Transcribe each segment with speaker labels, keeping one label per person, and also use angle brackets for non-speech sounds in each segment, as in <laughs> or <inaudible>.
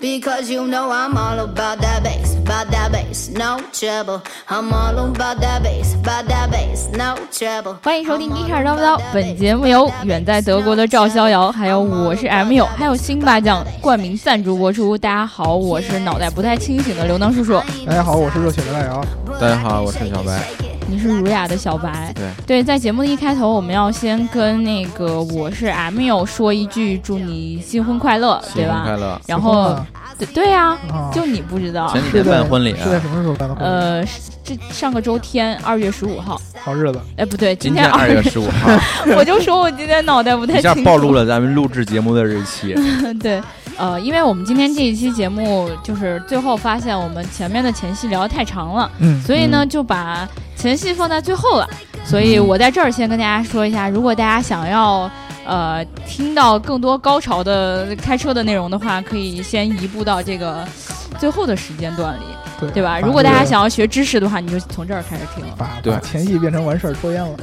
Speaker 1: Because you know I'm all about that bass, about that bass, no trouble. I'm all about that bass, about that bass, no trouble.
Speaker 2: 欢迎收听《一开始叨不叨》，本节目由远在德国的赵逍遥，还有我是 M 友，还有辛巴酱冠名赞助播出。大家好，我是脑袋不太清醒的刘能叔叔，
Speaker 3: 大家好，我是热血的赖瑶。
Speaker 4: 大家好我是小白。
Speaker 2: 你是儒雅的小白。
Speaker 4: 对
Speaker 2: 对，在节目的一开头，我们要先跟那个我是 M 友说一句祝你新婚快乐，
Speaker 4: 新
Speaker 2: 对
Speaker 4: 婚快
Speaker 2: 吧？
Speaker 4: 乐！
Speaker 2: 然后对对呀、
Speaker 3: 啊，
Speaker 2: 就你不知道
Speaker 4: 前，几
Speaker 3: 是
Speaker 4: 天
Speaker 3: 在
Speaker 4: 办婚礼，
Speaker 2: 啊
Speaker 4: 啊
Speaker 3: 是在什么时候办的婚礼？
Speaker 2: 呃，这上个周天二月十五号，
Speaker 3: 好日子，
Speaker 2: 哎不对，今
Speaker 4: 今天
Speaker 2: 二
Speaker 4: 二月十五号，
Speaker 2: <laughs> 我就说我今天脑袋不太
Speaker 4: 一
Speaker 2: 清
Speaker 4: 下
Speaker 2: 楚，
Speaker 4: 暴露了咱们录制节目的日期。
Speaker 2: 对，呃，因为我们今天这一期节目，就是最后发现我们前面的前戏聊得太长了，
Speaker 3: 嗯，嗯
Speaker 2: 所以呢就把前戏放在最后了。所以我在这儿先跟大家说一下，如果大家想要呃听到更多高潮的开车的内容的话，可以先移步到这个最后的时间段里，
Speaker 3: 对
Speaker 2: 对吧？如果大家想要学知识的话，你就从这儿开始听了。
Speaker 3: 把
Speaker 4: 对
Speaker 3: 把前戏变成完事儿抽
Speaker 2: <laughs>
Speaker 3: 烟了，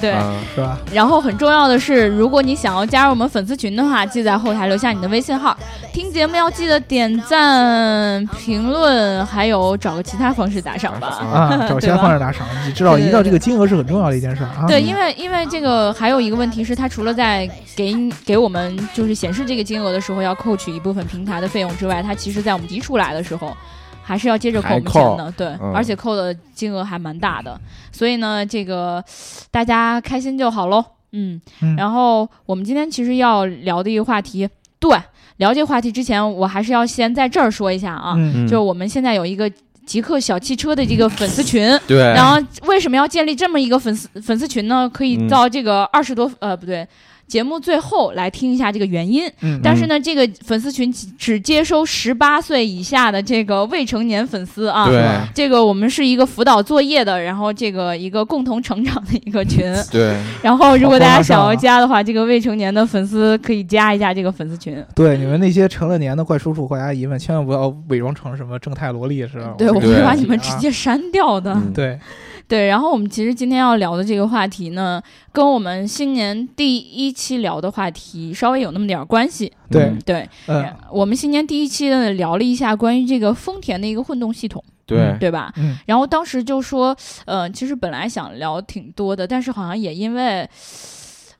Speaker 2: 对，
Speaker 4: 啊
Speaker 3: 是吧？
Speaker 2: 然后很重要的是，如果你想要加入我们粉丝群的话，记得在后台留下你的微信号。听节目要记得点赞、评论，还有找个其他方式打赏吧。 <laughs>
Speaker 3: 啊，找钱放着打赏，你知
Speaker 2: 嗯
Speaker 3: 道
Speaker 2: 对对
Speaker 3: 一到这个金额是很重要的一件事儿啊。
Speaker 2: 对，因为因为这个还有一个问题是，它除了在给你给我们就是显示这个金额的时候要扣取一部分平台的费用之外，它其实在我们提出来的时候，还是要接着扣我们钱的。对，
Speaker 4: 嗯
Speaker 2: 而且扣的金额还蛮大的，所以呢，这个大家开心就好喽。嗯，
Speaker 3: 嗯
Speaker 2: 然后我们今天其实要聊的一个话题，对，聊这个话题之前，我还是要先在这儿说一下啊，
Speaker 3: 嗯，
Speaker 2: 就是我们现在有一个极客小汽车的这个粉丝群。
Speaker 4: 对，
Speaker 2: 然后为什么要建立这么一个粉丝粉丝群呢？可以
Speaker 4: 嗯
Speaker 2: 到这个二十多、呃不对，节目最后来听一下这个原因。
Speaker 3: 嗯，
Speaker 2: 但是呢，这个粉丝群只只接收十八岁以下的这个未成年粉丝啊。
Speaker 4: 对
Speaker 2: 这个我们是一个辅导作业的，然后这个一个共同成长的一个群。
Speaker 4: 对，
Speaker 2: 然后如果大家
Speaker 3: 好高大
Speaker 2: 想
Speaker 3: 上啊
Speaker 2: 要加的话，这个未成年的粉丝可以加一下这个粉丝群。
Speaker 3: 对你们那些成了年的怪叔叔或阿姨们，千万不要伪装成什么正太萝莉似的。
Speaker 2: 对，我
Speaker 3: 这
Speaker 2: 会
Speaker 3: 个
Speaker 2: 把
Speaker 3: 啊
Speaker 2: 你们直接删掉的。
Speaker 4: 嗯
Speaker 3: 对，
Speaker 2: 对，然后我们其实今天要聊的这个话题呢，跟我们新年第一期聊的话题稍微有那么点儿关系。
Speaker 3: 对
Speaker 4: 嗯
Speaker 2: 对，啊
Speaker 3: 嗯
Speaker 2: 我们新年第一期呢聊了一下关于这个丰田的一个混动系统，
Speaker 4: 对，
Speaker 2: 对吧？
Speaker 3: 嗯，
Speaker 2: 然后当时就说，呃，其实本来想聊挺多的，但是好像也因为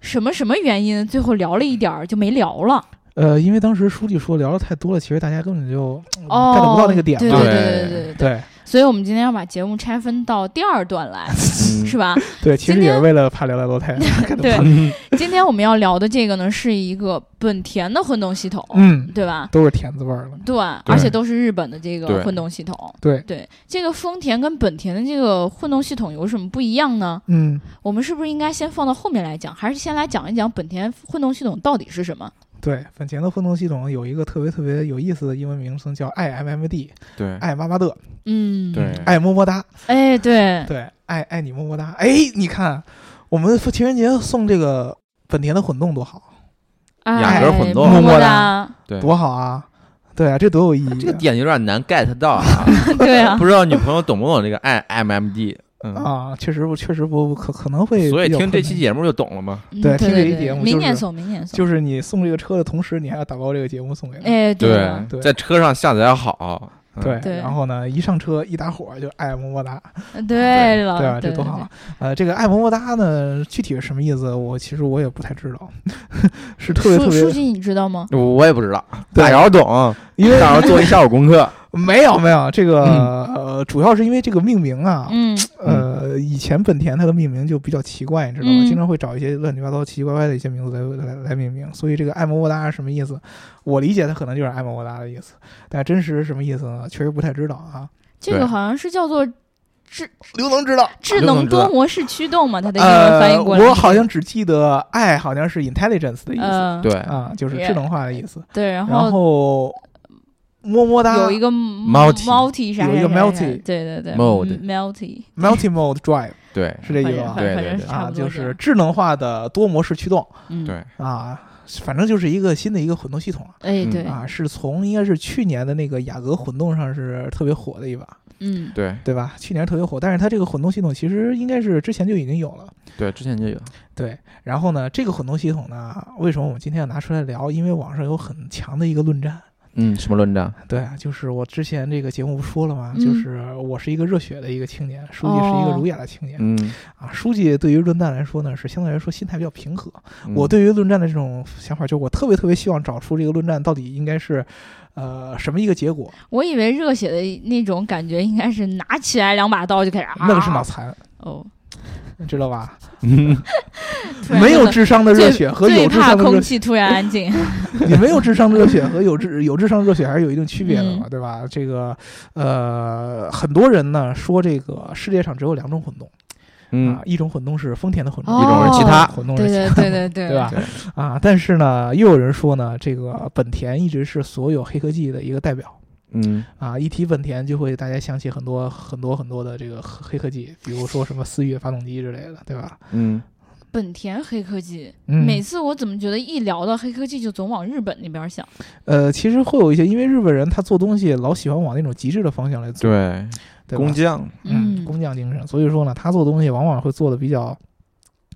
Speaker 2: 什么什么原因，最后聊了一点儿就没聊了。
Speaker 3: 呃，因为当时书记说聊的太多了，其实大家根本就嗯
Speaker 2: 哦
Speaker 3: get 不到那个点
Speaker 2: 对
Speaker 3: 嘛
Speaker 2: 对
Speaker 4: 嘛。
Speaker 2: 对对对对。
Speaker 3: 对
Speaker 2: 所以我们今天要把节目拆分到第二段
Speaker 3: <laughs>
Speaker 2: 来，
Speaker 4: 嗯
Speaker 2: 是吧？
Speaker 3: 对，其实
Speaker 2: 今
Speaker 3: 也
Speaker 2: 天
Speaker 3: 是为了怕聊太多太 <laughs> get
Speaker 2: <laughs>
Speaker 3: 不
Speaker 2: 对
Speaker 3: 到。
Speaker 2: 今天我们要聊的这个呢，是一个本田的混动系统，
Speaker 3: 嗯，
Speaker 2: 对吧？
Speaker 3: 都是甜滋味儿了。
Speaker 2: 对，而且都是日本的这个
Speaker 4: 对
Speaker 2: 混动系统。
Speaker 3: 对，
Speaker 2: 这个丰田跟本田的这个混动系统有什么不一样呢？
Speaker 3: 嗯，
Speaker 2: 我们是不是应该先放到后面来讲，还是先来讲一讲本田混动系统到底是什么？
Speaker 3: 对，本田的混动系统有一个特别特别有意思的英文名称叫 IMMD，
Speaker 4: 对嗯
Speaker 3: 爱妈妈的，
Speaker 2: 嗯，
Speaker 4: 对，
Speaker 3: 爱么么哒，
Speaker 2: 哎，对，
Speaker 3: 对，爱爱你么么哒。哎，你看，我们情人节送这个本田的混动多好，
Speaker 2: 哎
Speaker 4: 雅阁混动
Speaker 2: 么
Speaker 3: 么
Speaker 2: 么
Speaker 3: 么
Speaker 2: 哒，
Speaker 4: 对
Speaker 3: 多好啊！对啊，这多有意义。
Speaker 4: 这个点有点难 get 到啊，
Speaker 2: <laughs> 对
Speaker 3: <laughs>
Speaker 2: 啊，
Speaker 4: 嗯不知道女朋友懂不懂这个 I M M D，嗯，
Speaker 3: 啊，确实不，确实不可可能会。
Speaker 4: 所以听这期，节目就懂了嘛。
Speaker 2: 嗯对
Speaker 3: 对听这一
Speaker 2: 对
Speaker 3: 节目
Speaker 2: 明
Speaker 3: 就是
Speaker 2: 年送，明年送，
Speaker 3: 就是你送这个车的同时，你还要打包这个节目送给他。
Speaker 2: 哎，啊
Speaker 3: 对
Speaker 4: 在车上下载好，嗯
Speaker 3: 对，
Speaker 2: 对
Speaker 3: 然后呢，一上车一打火就爱么么哒，
Speaker 2: 对了，
Speaker 3: 对吧？
Speaker 2: 对
Speaker 3: 这多好
Speaker 2: 对
Speaker 3: 啊！呃，这个爱么么哒呢，具体是什么意思？我其实我也不太知道， <laughs> 是特别特
Speaker 2: 书
Speaker 3: 别
Speaker 2: 书记，你知道吗？
Speaker 4: 我也不知道，
Speaker 3: 对
Speaker 4: 大姚懂，
Speaker 3: 因为
Speaker 4: 大姚做一下午
Speaker 2: <laughs>
Speaker 4: 功课，
Speaker 3: 没有没有，这个、呃，主要是因为这个命名啊，
Speaker 2: 嗯，
Speaker 3: 呃，以前本田它的命名就比较奇怪，你知道吗？
Speaker 2: 嗯
Speaker 3: 经常会找一些乱七八糟、奇奇怪怪的一些名字来来来命名，所以这个爱么么哒是什么意思？我理解它可能就是爱么么哒的意思，但真实是什么意思呢？确实不太知道啊。
Speaker 2: 这个
Speaker 4: 对
Speaker 2: 好像是叫做
Speaker 3: 刘能知道，
Speaker 2: 智
Speaker 4: 刘
Speaker 2: 能
Speaker 4: 能知道
Speaker 2: 多模式驱动嘛，它的英文翻
Speaker 3: 呃，
Speaker 2: 译过来，
Speaker 3: 我好像只记得爱好像是 intelligence 的意思、
Speaker 2: 嗯，
Speaker 4: 对，
Speaker 3: 啊，就是智能化的意思。
Speaker 2: 对，然
Speaker 3: 然
Speaker 2: 后
Speaker 3: 后么么哒
Speaker 2: 有一个
Speaker 4: Multi
Speaker 2: multi 啥啥啥啥
Speaker 3: 有一个 multi
Speaker 2: 对对对
Speaker 4: Mode
Speaker 2: melty
Speaker 3: multi mode drive
Speaker 4: 对，
Speaker 3: 是这意
Speaker 2: 反
Speaker 3: 思
Speaker 2: 正
Speaker 3: 吧？
Speaker 2: 反
Speaker 4: 对
Speaker 2: 反
Speaker 4: 对
Speaker 2: 正
Speaker 4: 对
Speaker 2: 差
Speaker 3: 啊，
Speaker 2: 不多
Speaker 3: 就
Speaker 2: 这
Speaker 3: 是
Speaker 2: 样
Speaker 3: 智能化的多模式驱动
Speaker 2: 嗯
Speaker 4: 对
Speaker 3: 啊，反正就是一个新的一个混动系统
Speaker 2: 哎
Speaker 4: 嗯
Speaker 2: 对
Speaker 3: 啊，是从应该是去年的那个雅阁混动上是特别火的一把，
Speaker 2: 嗯
Speaker 4: 对
Speaker 3: 对吧？去年特别火，但是它这个混动系统其实应该是之前就已经有了。
Speaker 4: 对，之前就有，
Speaker 3: 对，然后呢，这个混动系统呢，为什么我们今天要拿出来聊？因为网上有很强的一个论战，
Speaker 4: 嗯，什么论战？
Speaker 3: 对，啊就是我之前这个节目不说了吗？
Speaker 2: 嗯哦
Speaker 3: 就是我是一个热血的一个青年，书记是一个儒雅的青年、
Speaker 4: 嗯，
Speaker 3: 啊。书记对于论战来说呢，是相对来说心态比较平和。
Speaker 4: 嗯
Speaker 3: 我对于论战的这种想法，就是我特别特别希望找出这个论战到底应该是，呃，什么一个结果。
Speaker 2: 我以为热血的那种感觉应该是拿起来两把刀就开始啊，
Speaker 3: 那个是脑残，
Speaker 2: 哦，
Speaker 3: 你知道吧？
Speaker 4: 嗯
Speaker 2: 突然
Speaker 3: 没有
Speaker 2: 觉得
Speaker 3: 智商的热血和有
Speaker 2: 最
Speaker 3: 智
Speaker 2: 怕
Speaker 3: 商的热
Speaker 2: 空
Speaker 3: 血，
Speaker 2: 气突然安
Speaker 3: <laughs>
Speaker 2: 静。
Speaker 3: 你没有智商的热血和有智有智商的热血还是有一定区别的嘛，
Speaker 2: 嗯
Speaker 3: 对吧？这个，呃，很多人呢说这个世界上只有两种混动啊
Speaker 4: 嗯，，
Speaker 3: 一种混动是丰田的混动，
Speaker 2: 哦
Speaker 4: 一种是其他
Speaker 3: 混动是
Speaker 2: 对对
Speaker 3: 其他
Speaker 2: 对对对
Speaker 3: <laughs> 对吧？
Speaker 4: 对
Speaker 3: 啊，但是呢，又有人说呢，这个本田一直是所有黑科技的一个代表
Speaker 4: 嗯
Speaker 3: 啊。一提本田，就会大家想起很多很多很多的这个黑黑科技，比如说什么思域发动机之类的，对吧？
Speaker 4: 嗯，
Speaker 2: 本田黑科技，
Speaker 3: 嗯，
Speaker 2: 每次我怎么觉得一聊到黑科技就总往日本那边想？
Speaker 3: 呃，其实会有一些，因为日本人他做东西老喜欢往那种极致的方向来做，
Speaker 4: 对，
Speaker 3: 对吧
Speaker 4: 工匠，
Speaker 3: 嗯，
Speaker 2: 嗯
Speaker 3: 工匠精神。所以说呢，他做东西往往会做的比较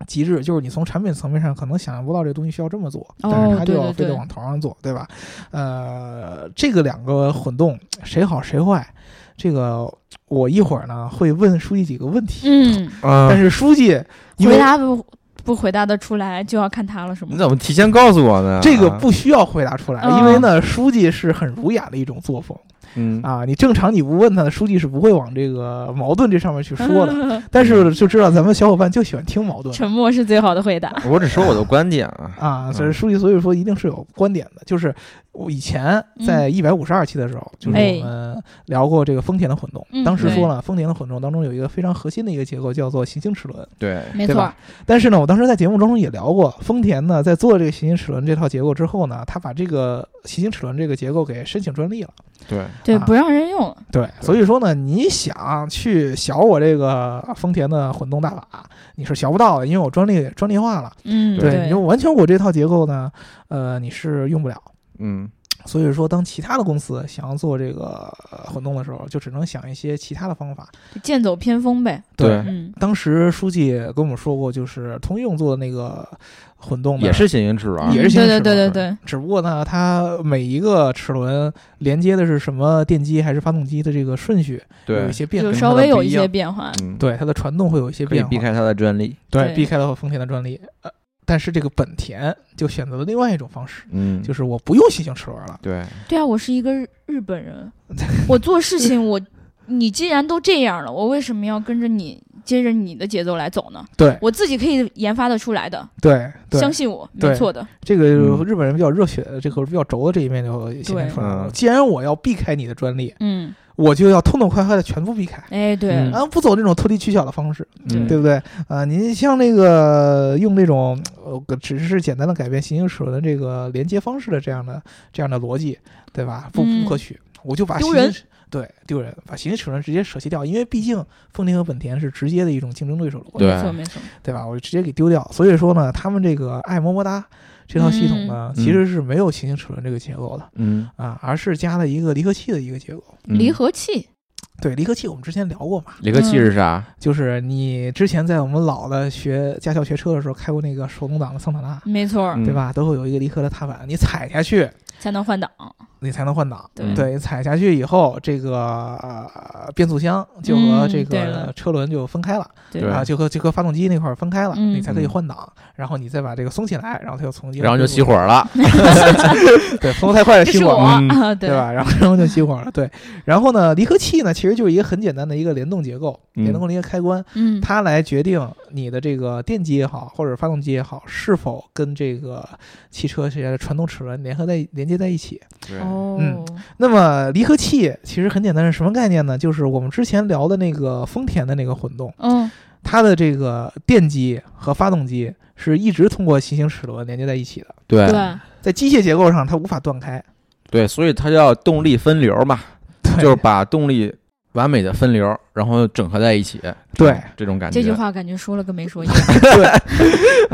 Speaker 3: 极致，就是你从产品层面上可能想象不到这东西需要这么做，但
Speaker 2: 哦
Speaker 3: 是他就
Speaker 2: 对对
Speaker 3: 要非得
Speaker 2: 对
Speaker 3: 往头上做，对吧？呃，这个两个混动谁好谁坏，这个我一会儿呢会问书记几个问题，
Speaker 2: 嗯，
Speaker 4: 啊
Speaker 3: 但是书记因
Speaker 2: 回
Speaker 3: 为
Speaker 2: 答不不回答得出来就要看他了，是
Speaker 4: 你
Speaker 2: 吗？
Speaker 4: 怎么提前告诉我呢？啊
Speaker 3: 这个，不需要回答出来，
Speaker 2: 嗯
Speaker 3: 因为呢，书记是很儒雅的一种作风
Speaker 4: 嗯
Speaker 3: 啊。你正常你不问他的，书记是不会往这个矛盾这上面去说的。
Speaker 2: 的，
Speaker 3: 但是就知道咱们小伙伴就喜欢听矛
Speaker 2: <laughs>
Speaker 3: 盾，
Speaker 2: 沉默是最好的回答。
Speaker 4: 我只说我的观点啊，
Speaker 3: 啊，所以
Speaker 4: 嗯
Speaker 3: 书记所以说一定是有观点的。就是我以前在一百五十二期的时候，就
Speaker 2: 嗯
Speaker 3: 是
Speaker 2: 哎
Speaker 3: 我们聊过这个丰田的混动，
Speaker 2: 嗯
Speaker 3: 当时说了丰田的混动当中有一个非常核心的一个结构叫做行星齿轮，
Speaker 4: 对，
Speaker 2: <laughs> 没
Speaker 3: 对
Speaker 2: 错
Speaker 3: 吧，？但是呢，我当时在节目当中也聊过，丰田呢在做这个行星齿轮这套结构之后呢，他把这个行星齿轮这个结构给申请专利了。
Speaker 4: 对，
Speaker 2: 对，
Speaker 3: 啊
Speaker 2: 不让人用，
Speaker 3: 对，所以说呢，你想去小我这个丰田的混动大法，你是小不到的，因为我专利专利化了。
Speaker 2: 嗯，
Speaker 3: 对，你就完全我这套结构呢，呃，你是用不了。
Speaker 4: 嗯
Speaker 3: 所以说，当其他的公司想要做这个呃混动的时候，就只能想一些其他的方法。
Speaker 2: 剑走偏锋呗，
Speaker 4: 对，
Speaker 2: 嗯，
Speaker 3: 当时书记跟我们说过，就是通用做的那个混动呢
Speaker 4: 也，是行星齿轮，
Speaker 3: 也是行
Speaker 2: 对
Speaker 3: 驶
Speaker 2: 嗯对对对
Speaker 4: 轮
Speaker 2: 对，
Speaker 3: 只不过呢，它每一个齿轮连接的是什么电机还是发动机的这个顺序有
Speaker 4: 对
Speaker 3: 一，些变化，
Speaker 2: 就稍微有一
Speaker 3: 它
Speaker 2: 些
Speaker 3: 的不
Speaker 2: 变
Speaker 3: 样
Speaker 2: 化，
Speaker 4: 嗯，
Speaker 3: 对它的传动会有一些
Speaker 4: 可以
Speaker 3: 变化，
Speaker 4: 避开它的专利，
Speaker 3: 对
Speaker 2: 对
Speaker 3: 避开了丰田的专利。呃，但是这个本田就选择了另外一种方式，
Speaker 4: 嗯，
Speaker 3: 就是我不用新型齿轮了。
Speaker 4: 对，
Speaker 2: 对啊，我是一个日日本
Speaker 3: <laughs>
Speaker 2: 人，我做事情我，你既然都这样了，我为什么要跟着你接着你的节奏来走呢？
Speaker 3: 对
Speaker 2: 我自己可以研发的出来的，
Speaker 3: 对对，
Speaker 2: 相信我，
Speaker 3: 对
Speaker 2: 没错的。
Speaker 3: 这个
Speaker 4: 嗯
Speaker 3: 日本人比较热血的，这个比较轴的这一面就显现出来了。
Speaker 4: 嗯
Speaker 3: 既然我要避开你的专利，
Speaker 2: 嗯，
Speaker 3: 我就要痛痛快快的全部避开，
Speaker 2: 哎，对，
Speaker 4: 嗯
Speaker 3: 啊，不走这种特地取巧的方式，
Speaker 4: 嗯
Speaker 3: 对不对？啊，您像那个用这种呃，只是简单的改变行星齿轮的这个连接方式的这样的这样的逻辑，对吧？不
Speaker 2: 嗯
Speaker 3: 不可取，我就把
Speaker 2: 丢
Speaker 3: 行星
Speaker 2: 人
Speaker 3: 对丢人，把行星齿轮直接舍弃掉，因为毕竟丰田和本田是直接的一种竞争对手的关系。
Speaker 4: 对
Speaker 2: 没错没错，
Speaker 3: 对么吧？我就直接给丢掉。所以说呢，他们这个爱么么哒这套系统呢，
Speaker 4: 嗯
Speaker 3: 其实是没有行星齿轮这个结构的
Speaker 4: 嗯
Speaker 3: 啊，而是加了一个离合器的一个结构。
Speaker 4: 嗯
Speaker 2: 离合器，
Speaker 3: 对，离合器我们之前聊过嘛，
Speaker 4: 离合器是啥？
Speaker 3: 就是你之前在我们老的学驾校学车的时候开过那个手动挡的桑塔纳，
Speaker 2: 没错，
Speaker 4: 嗯
Speaker 3: 对？吧？都会有一个离合的踏板，你踩下去
Speaker 2: 才能换挡。
Speaker 3: 你才能换
Speaker 4: 嗯
Speaker 3: 挡。
Speaker 2: 对
Speaker 3: 对，你踩下去以后，这个、呃、变速箱就和
Speaker 2: 嗯
Speaker 3: 这
Speaker 2: 对
Speaker 3: 个
Speaker 2: 了
Speaker 3: 车轮就分开了。
Speaker 2: 对
Speaker 4: 对
Speaker 3: 啊，就和就和发动机那块儿分开了，
Speaker 2: 嗯
Speaker 3: 你才可以换挡，然后你再把这个松起来，然后它又重新，
Speaker 4: 然后就熄火了，
Speaker 3: 嗯对，松太快了
Speaker 2: 这
Speaker 3: 熄
Speaker 2: 是
Speaker 3: 火
Speaker 2: 我
Speaker 3: 了，
Speaker 4: 嗯
Speaker 2: 啊，
Speaker 3: 对？吧？然后 <laughs> 然后就熄火了，对。然后呢，离合器呢，其实就是一个很简单的一个联动结构，
Speaker 4: 嗯
Speaker 3: 联动的一个开关，
Speaker 2: 嗯，
Speaker 3: 它来决定你的这个电机也好，或者发动机也好，是否跟这个汽车之间的传动齿轮联合在连接在一起。
Speaker 4: 对
Speaker 2: 哦
Speaker 3: 嗯，那么离合器其实很简单，是什么概念呢？就是我们之前聊的那个丰田的那个混动。
Speaker 2: 嗯，
Speaker 3: 它的这个电机和发动机是一直通过行星齿轮连接在一起的，
Speaker 2: 对，
Speaker 4: 对
Speaker 3: 在机械结构上它无法断开。
Speaker 4: 对，所以它叫动力分流嘛，
Speaker 3: 对
Speaker 4: 就是把动力完美的分流，然后整合在一起，
Speaker 3: 对
Speaker 4: 这种感觉。
Speaker 2: 这句话感觉说了跟没说一
Speaker 3: <laughs>
Speaker 2: 样。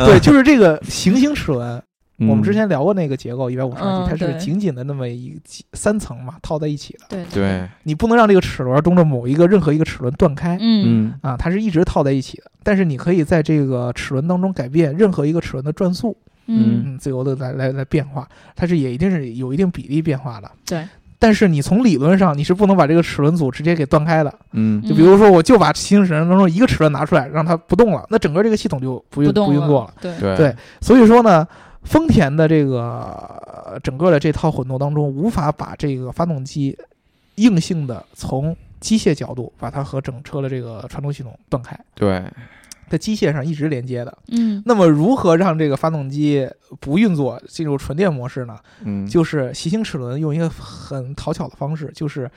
Speaker 3: 对，就是这个行星齿轮，
Speaker 4: 嗯，
Speaker 3: 我们之前聊过那个结构，一百五十二
Speaker 2: 嗯
Speaker 3: 级，它是
Speaker 2: 对
Speaker 3: 紧紧的那么一几三层嘛套在一起的，
Speaker 2: 对，
Speaker 4: 对，
Speaker 3: 你不能让这个齿轮中的某一个任何一个齿轮断开。
Speaker 2: 嗯，
Speaker 4: 嗯
Speaker 3: 啊，它是一直套在一起的，但是你可以在这个齿轮当中改变任何一个齿轮的转速，
Speaker 2: 嗯，
Speaker 3: 嗯，自由的来来来变化，它是也一定是有一定比例变化的。
Speaker 2: 对。
Speaker 3: 但是你从理论上你是不能把这个齿轮组直接给断开的，
Speaker 4: 嗯
Speaker 3: 就比如说我就把行驶人当中一个齿轮拿出来让它不动了，那整个这个系统就
Speaker 2: 不
Speaker 3: 不运
Speaker 2: 动
Speaker 3: 运作了。
Speaker 2: 对，
Speaker 4: 对
Speaker 3: 对所以说呢，丰田的这个呃整个的这套混动当中，无法把这个发动机硬性的从机械角度把它和整车的这个传动系统断开，
Speaker 4: 对，
Speaker 3: 在机械上一直连接的。
Speaker 2: 嗯，
Speaker 3: 那么如何让这个发动机不运作进入纯电模式呢？
Speaker 4: 嗯，
Speaker 3: 就是习性齿轮用一个很讨巧的方式，就是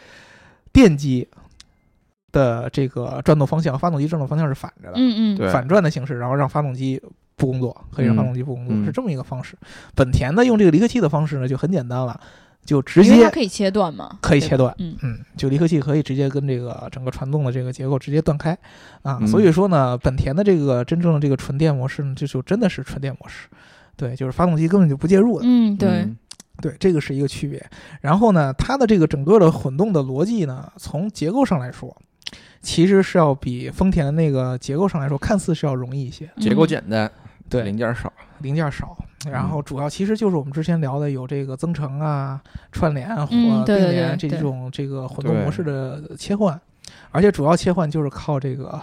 Speaker 3: 电机的这个转动方向和发动机转动方向是反着的。
Speaker 2: 嗯嗯，
Speaker 4: 对
Speaker 3: 反转的形式，然后让发动机不工作，可以让发动机不工作，
Speaker 4: 嗯
Speaker 3: 是这么一个方式。本田呢，用这个离合器的方式呢，就很简单了，就直
Speaker 2: 因为它
Speaker 3: 接
Speaker 2: 可以切断嘛，
Speaker 3: 可以
Speaker 2: 对
Speaker 3: 切
Speaker 2: 吧
Speaker 3: 断。
Speaker 2: 嗯
Speaker 3: 嗯，就离合器可以直接跟这个整个传动的这个结构直接断开啊，
Speaker 4: 嗯
Speaker 3: 所以说呢，本田的这个真正的这个纯电模式呢，这就真的是纯电模式，对，就是发动机根本就不介入的，
Speaker 2: 嗯，对，
Speaker 4: 嗯
Speaker 3: 对，这个是一个区别。然后呢，它的这个整个的混动的逻辑呢，从结构上来说，其实是要比丰田的那个结构上来说，看似是要容易一些，
Speaker 4: 结
Speaker 2: 嗯
Speaker 4: 构简单，
Speaker 3: 嗯对，
Speaker 4: 零件少，
Speaker 3: 零件少，然
Speaker 4: 嗯
Speaker 3: 后主要其实就是我们之前聊的有这个增程啊、串联啊、
Speaker 2: 嗯
Speaker 3: 或
Speaker 2: 对
Speaker 3: 并
Speaker 2: 对
Speaker 3: 联这
Speaker 2: 对对
Speaker 3: 种这个混动
Speaker 4: 对
Speaker 3: 模式的切换，而且主要切换就是靠这个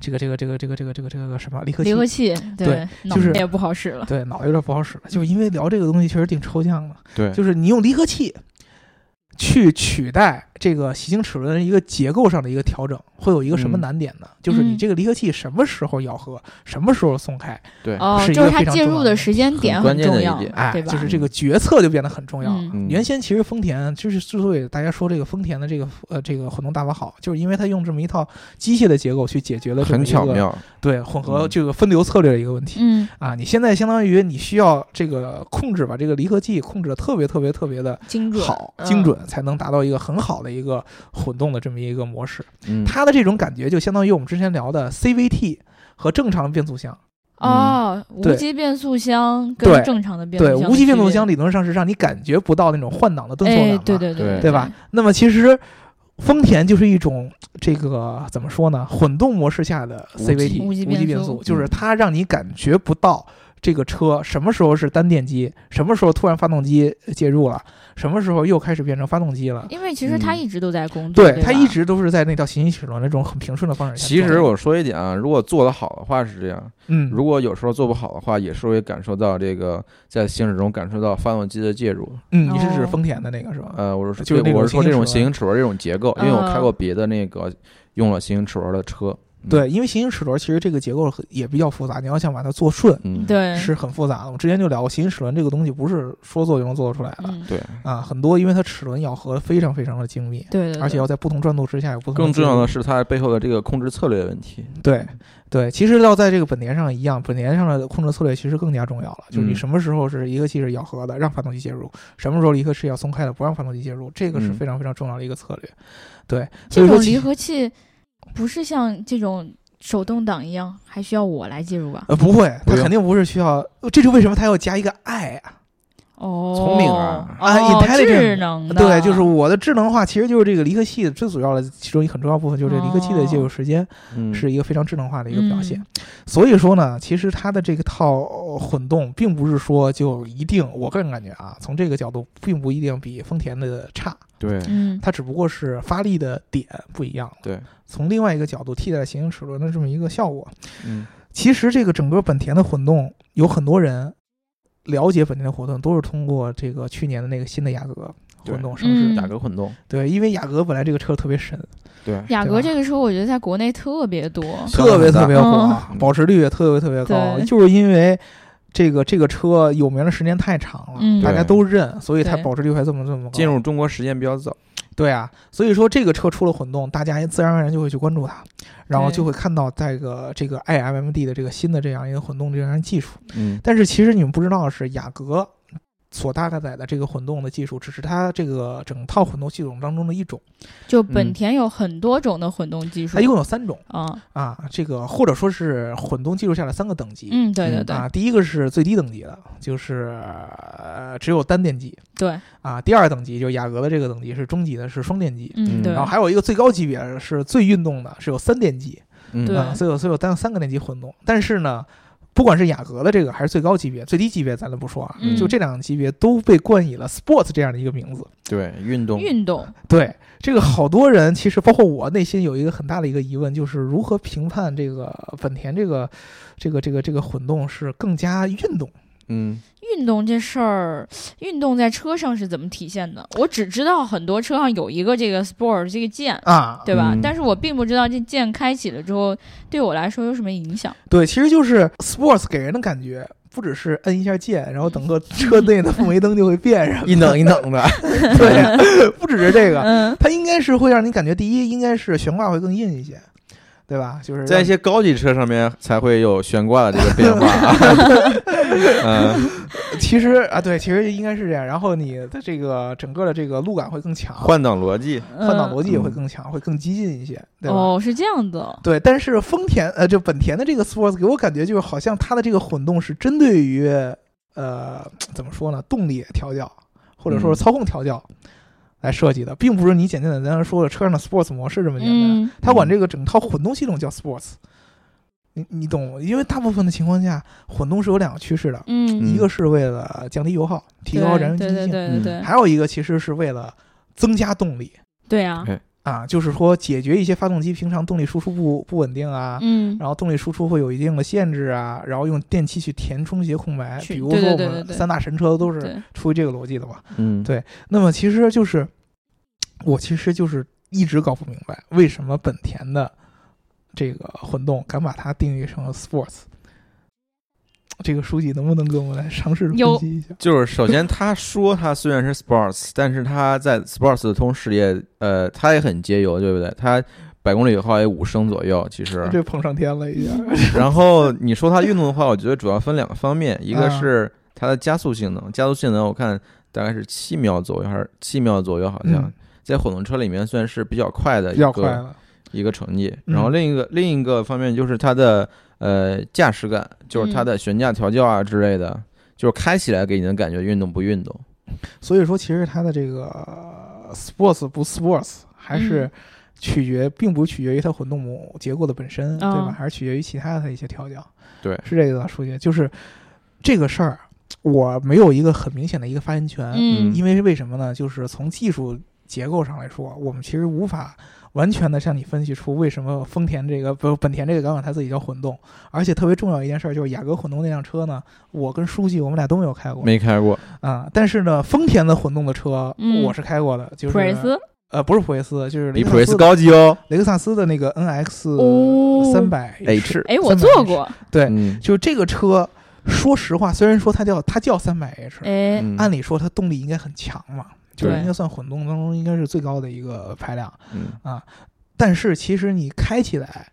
Speaker 3: 这个这个这个这个这个这个这个什么离合器
Speaker 2: 离。合器，
Speaker 3: 对，
Speaker 2: 脑
Speaker 3: 就是
Speaker 2: 子也不好使了，
Speaker 3: 对，脑袋有点不好使了，就是因为聊这个东西确实挺抽象的，
Speaker 4: 对，
Speaker 3: 就是你用离合器去取代这个习性齿轮一个结构上的一个调整，会有一个什么
Speaker 4: 嗯
Speaker 3: 难点呢？就是你
Speaker 2: 嗯
Speaker 3: 这个离合器什么时候咬合，什么时候松开，
Speaker 4: 对，
Speaker 2: 哦，
Speaker 3: 是一
Speaker 2: 就
Speaker 3: 个
Speaker 2: 是它
Speaker 3: 非常
Speaker 2: 介
Speaker 3: 重要
Speaker 2: 入
Speaker 3: 的
Speaker 2: 的时间
Speaker 4: 很
Speaker 2: 点
Speaker 4: 关
Speaker 2: 很
Speaker 4: 键的
Speaker 2: 重
Speaker 4: 一
Speaker 2: 要
Speaker 4: 点，
Speaker 3: 哎
Speaker 2: 对，吧
Speaker 3: 就？是这个决策就变得很重要了。
Speaker 2: 嗯，
Speaker 4: 嗯
Speaker 3: 原先其实丰田就是之所以大家说这个丰田的这个呃这个混动大法好，就是因为它用这么一套机械的结构去解决了这么
Speaker 4: 很
Speaker 3: 一
Speaker 4: 巧
Speaker 3: 个
Speaker 4: 妙，
Speaker 3: 对混合
Speaker 4: 嗯
Speaker 3: 这个分流策略的一个问题、
Speaker 2: 嗯，
Speaker 3: 啊。你现在相当于你需要这个控制把这个离合器控制的特别特别特别的
Speaker 2: 精准，
Speaker 3: 好
Speaker 2: 嗯
Speaker 3: 精，准，才能达到一个很好的一个混动的这么一个模式。
Speaker 4: 嗯，
Speaker 3: 它的这种感觉就相当于我们之前聊的 CVT 和正常变速箱。
Speaker 2: 哦，无
Speaker 3: 嗯对
Speaker 2: 级变速箱
Speaker 3: 对
Speaker 2: 跟正常的变速
Speaker 3: 对，
Speaker 2: 箱的
Speaker 3: 无级变速
Speaker 2: 区别
Speaker 3: 箱理论上是让你感觉不到那种换挡的顿挫感
Speaker 2: 哎
Speaker 3: 嘛，，
Speaker 2: 对对
Speaker 4: 对
Speaker 3: 对
Speaker 2: 对
Speaker 3: 吧？？那么其实丰田就是一种这个怎么说呢？混动模式下的
Speaker 4: 无嗯级
Speaker 3: CVT
Speaker 2: 无级
Speaker 3: 级
Speaker 2: 变
Speaker 3: 变
Speaker 2: 速
Speaker 3: 速，就是它让你感觉不到这个车什么时候是单电机，什么时候突然发动机介入了，什么时候又开始变成发动机了。
Speaker 2: 因为其实它
Speaker 4: 嗯
Speaker 2: 一直都在工作，
Speaker 3: 对，它一
Speaker 2: 吧
Speaker 3: 直都是在那条行驶齿轮那种很平顺的方式下
Speaker 4: 其
Speaker 3: 做的。
Speaker 4: 实我说一点啊，如果做得好的话是这样，
Speaker 3: 嗯，
Speaker 4: 如果有时候做不好的话，也是会感受到这个在行驶中感受到发动机的介入。
Speaker 3: 嗯，你是指
Speaker 2: 哦
Speaker 3: 丰田的那个是吧？
Speaker 4: 呃，我是
Speaker 3: 就是
Speaker 4: 说
Speaker 3: 那
Speaker 4: 对，
Speaker 3: 种
Speaker 4: 我
Speaker 3: 行
Speaker 4: 是说这
Speaker 3: 驶
Speaker 4: 种
Speaker 3: 齿
Speaker 4: 行
Speaker 3: 轮
Speaker 4: 驶齿轮这种结构，因为我
Speaker 2: 嗯
Speaker 4: 开过别的那个用了行驶齿轮的车，
Speaker 3: 对，因为行驶齿轮其实这个结构很也比较复杂，你要想把它做顺。
Speaker 4: 嗯，
Speaker 2: 对
Speaker 3: 是很复杂的，我之前就聊过，行驶齿轮这个东西不是说做就能做得出来的，
Speaker 2: 嗯
Speaker 4: 对，
Speaker 3: 啊，很多因为它齿轮咬合非常非常的精密，
Speaker 2: 对对，
Speaker 3: 而且
Speaker 2: 对
Speaker 3: 要在不同转度之下有不同。
Speaker 4: 更重要的，是它背后的这个控制策略问题。
Speaker 3: 对对，其实要在这个本田上一样，本田上的控制策略其实更加重要了，就是你
Speaker 4: 嗯
Speaker 3: 什么时候是离合器是咬合的，让发动机介入；什么时候离合器要松开的，不让发动机介入，这个是
Speaker 4: 嗯
Speaker 3: 非常非常重要的一个策略。对，所
Speaker 2: 这
Speaker 3: 以说
Speaker 2: 种
Speaker 3: 其
Speaker 2: 离
Speaker 3: 实
Speaker 2: 合器不是像这种手动挡一样，还需要我来介入吧？
Speaker 3: 呃不会，
Speaker 4: 不
Speaker 3: 它
Speaker 4: 用
Speaker 3: 肯定不是需要，呃这就为什么它要加一个 i 啊？
Speaker 2: 哦，
Speaker 4: 聪明啊
Speaker 2: 哦
Speaker 3: 啊，intelligent
Speaker 2: 智能
Speaker 4: 嗯
Speaker 2: 的，
Speaker 3: 对，就是我的智能化，其实就是这个离合器最主要的其中一个很重要部分，就是这个离合器
Speaker 4: 哦
Speaker 3: 的介入时间。
Speaker 4: 嗯，
Speaker 3: 是一个非常智能化的一个表现
Speaker 2: 嗯。
Speaker 3: 所以说呢，其实它的这个套呃混动，并不是说就一定，我个人感觉啊，从这个角度，并不一定比丰田的差，
Speaker 4: 对，
Speaker 2: 嗯，
Speaker 3: 它只不过是发力的点不一样了。
Speaker 4: 对，
Speaker 3: 从另外一个角度替代了行驶齿轮的这么一个效果。
Speaker 4: 嗯，
Speaker 3: 其实这个整个本田的混动，有很多人了解本田的混动，都是通过这个去年的那个新的雅阁混动上市。
Speaker 2: 嗯
Speaker 4: 雅阁混动，
Speaker 3: 对，因为雅阁本来这个车特别神，
Speaker 4: 对，
Speaker 2: 雅
Speaker 3: 对
Speaker 2: 阁
Speaker 3: 吧
Speaker 2: 这个车我觉得在国内特别多，
Speaker 4: 销量
Speaker 3: 特别
Speaker 4: 很大
Speaker 3: 特别火
Speaker 2: 嗯
Speaker 3: 啊，保值率也特别特别高，
Speaker 2: 对
Speaker 3: 就是因为这个这个车有名的时间太长了，
Speaker 2: 嗯
Speaker 3: 大家都认，所以它
Speaker 2: 对
Speaker 3: 保值率才这么这么高。
Speaker 4: 进入中国时间比较早，
Speaker 3: 对啊，所以说这个车出了混动，大家自然而然就会去关注它，然后
Speaker 2: 对
Speaker 3: 就会看到这个这个 iMMD 的这个新的这样一个混动这样一个技术。
Speaker 4: 嗯，
Speaker 3: 但是其实你们不知道的是，雅阁所搭载的这个混动的技术，只是它这个整套混动系统当中的一种，
Speaker 2: 就本
Speaker 4: 嗯
Speaker 2: 田有很多种的混动技术
Speaker 3: 它一，共有三种
Speaker 2: 啊，
Speaker 3: 啊，这个或者说是混动技术下的三个等级。
Speaker 2: 嗯，对对
Speaker 4: 嗯
Speaker 2: 对
Speaker 3: 啊，第一个是最低等级的，就是、呃、只有单电机
Speaker 2: 对，
Speaker 3: 啊。第二等级就是雅阁的这个等级是中级的，是双电机。
Speaker 2: 嗯
Speaker 4: 嗯
Speaker 2: 对
Speaker 3: 然，后还有一个最高级别是最运动的，是有三电机
Speaker 4: 嗯
Speaker 2: 对
Speaker 3: 啊，所以有所以有单三个电机混动。但是呢，不管是雅阁的这个还是最高级别，最低级别咱都不说啊，
Speaker 2: 嗯
Speaker 3: 就这两个级别都被冠以了 Sport 这样的一个名字。
Speaker 4: 对，运动，
Speaker 2: 运动，
Speaker 3: 对这个，好多人其实包括我内心有一个很大的一个疑问，就是如何评判这个本田这个这个这个这个混动是更加运动？
Speaker 4: 嗯，
Speaker 2: 运动这事儿，运动在车上是怎么体现的？我只知道很多车上有一个这个 Sport 这个键，
Speaker 3: 啊，
Speaker 2: 对吧？
Speaker 4: 嗯
Speaker 2: 但是我并不知道这键开启了之后对我来说有什么影响。
Speaker 3: 对，其实就是 sports 给人的感觉，不只是摁一下键，然后整个
Speaker 4: <laughs>
Speaker 3: 车内的氛围灯就会变什么，
Speaker 4: 一等一等的，
Speaker 3: 对，啊不只是这个，
Speaker 2: 嗯，
Speaker 3: 它应该是会让你感觉，第一应该是悬挂会更硬一些，对吧？就是
Speaker 4: 在一
Speaker 3: 让
Speaker 4: 些高级车上面才会有悬挂的这个变化啊。
Speaker 2: <laughs>
Speaker 4: 嗯，
Speaker 3: 其实啊，对，其实应该是这样。然后你的这个整个的这个路感会更强，
Speaker 4: 换挡逻辑，
Speaker 3: 换挡逻辑也会
Speaker 4: 嗯
Speaker 3: 更强，会更激进一些，对吧？
Speaker 2: 哦，是这样的，
Speaker 3: 对，但是丰田呃，就本田的这个 Sports 给我感觉就是好像它的这个混动是针对于呃怎么说呢，动力调教或
Speaker 2: 嗯
Speaker 3: 者说是操控调教来设计的，并不是你简简单单说的车上的 Sports 模式这么简单。
Speaker 2: 嗯，
Speaker 3: 它管这个整套混动系统叫 Sports，你你懂吗？因为大部分的情况下，混动是有两个趋势的，
Speaker 2: 嗯，
Speaker 3: 一个是为了降低油耗，提高燃油
Speaker 2: 对
Speaker 3: 经济
Speaker 2: 对
Speaker 3: 性，
Speaker 2: 对对对
Speaker 3: 还有一个其实是为了增加动力。
Speaker 2: 对啊，
Speaker 3: 啊，就是说解决一些发动机平常动力输出不不稳定啊，
Speaker 2: 嗯，
Speaker 3: 然后动力输出会有一定的限制啊，然后用电器去填充一些空白，
Speaker 2: 去
Speaker 3: 比如
Speaker 2: 对对
Speaker 3: 说我
Speaker 2: 对对
Speaker 3: 们
Speaker 2: 对
Speaker 3: 三大神车都是嗯
Speaker 2: 对，
Speaker 3: 出于这个逻辑的嘛。
Speaker 4: 嗯，
Speaker 3: 对那么其实就是我其实就是一直搞不明白，为什么本田的这个混动敢把它定义成了 sports。这个书记能不能给我们来尝试地分
Speaker 2: 有
Speaker 3: 析一下？
Speaker 4: 就是首先他说他虽然是 sports，但是他在 sports 的同时也呃，他也很节油，对不对？他百公里油耗也五升左右，其实。
Speaker 3: 这捧上天了一下，
Speaker 4: 然后你说它运动的话，我觉得主要分两个方面，一个
Speaker 2: 嗯
Speaker 3: 啊
Speaker 4: 是它的加速性能，加速性能我看大概是七秒左右，还是七秒左右，好像、
Speaker 3: <laughs> 嗯
Speaker 4: 在混动车里面算是比较快的
Speaker 3: 比
Speaker 4: 一
Speaker 3: 较快
Speaker 4: 个
Speaker 3: 了。
Speaker 4: 一个成绩。
Speaker 3: 嗯
Speaker 4: 然后另一个另一个方面就是它的呃驾驶感，就
Speaker 3: 嗯
Speaker 4: 是它的悬架调教啊之类的，就是开起来给你的感觉运动不运动。
Speaker 3: 所以说，其实它的这个呃 sports 不 sports 还是
Speaker 2: 嗯
Speaker 3: 取决，并不取决于它混动母结构的本身，对吧
Speaker 2: 嗯？
Speaker 3: 还是取决于其他的一些调教。
Speaker 4: 对
Speaker 3: 是这个数据，就是这个事儿，我没有一个很明显的一个发言权，
Speaker 2: 嗯
Speaker 3: 因为是为什么呢？就是从技术结构上来说，我们其实无法。完全的向你分析出为什么丰田这个不本田这个敢管它自己叫混动，而且特别重要一件事儿就是雅阁混动那辆车呢，我跟书记我们俩都没有开过，
Speaker 4: 没开过，
Speaker 3: 啊，但是呢，丰田的混动的车
Speaker 2: 嗯
Speaker 3: 我是开过的，就是
Speaker 2: 普锐斯，
Speaker 3: 呃，不是普锐斯，就是
Speaker 4: 比
Speaker 3: 雷克
Speaker 4: 普
Speaker 3: 萨
Speaker 4: 锐斯
Speaker 3: 斯的
Speaker 4: 高级哦。
Speaker 3: 雷克萨斯的那个 NX
Speaker 2: 哦
Speaker 3: 三百
Speaker 4: H，
Speaker 2: 哎，我坐，过，
Speaker 3: 对
Speaker 4: 嗯，
Speaker 3: 就这个车，说实话，虽然说它叫它叫三百 H，
Speaker 2: 哎，
Speaker 4: 嗯
Speaker 3: 按理说它动力应该很强嘛，就是
Speaker 2: 对
Speaker 3: 应该算混动当中应该是最高的一个排量， <laughs>
Speaker 4: 嗯
Speaker 3: 但是其实你开起来，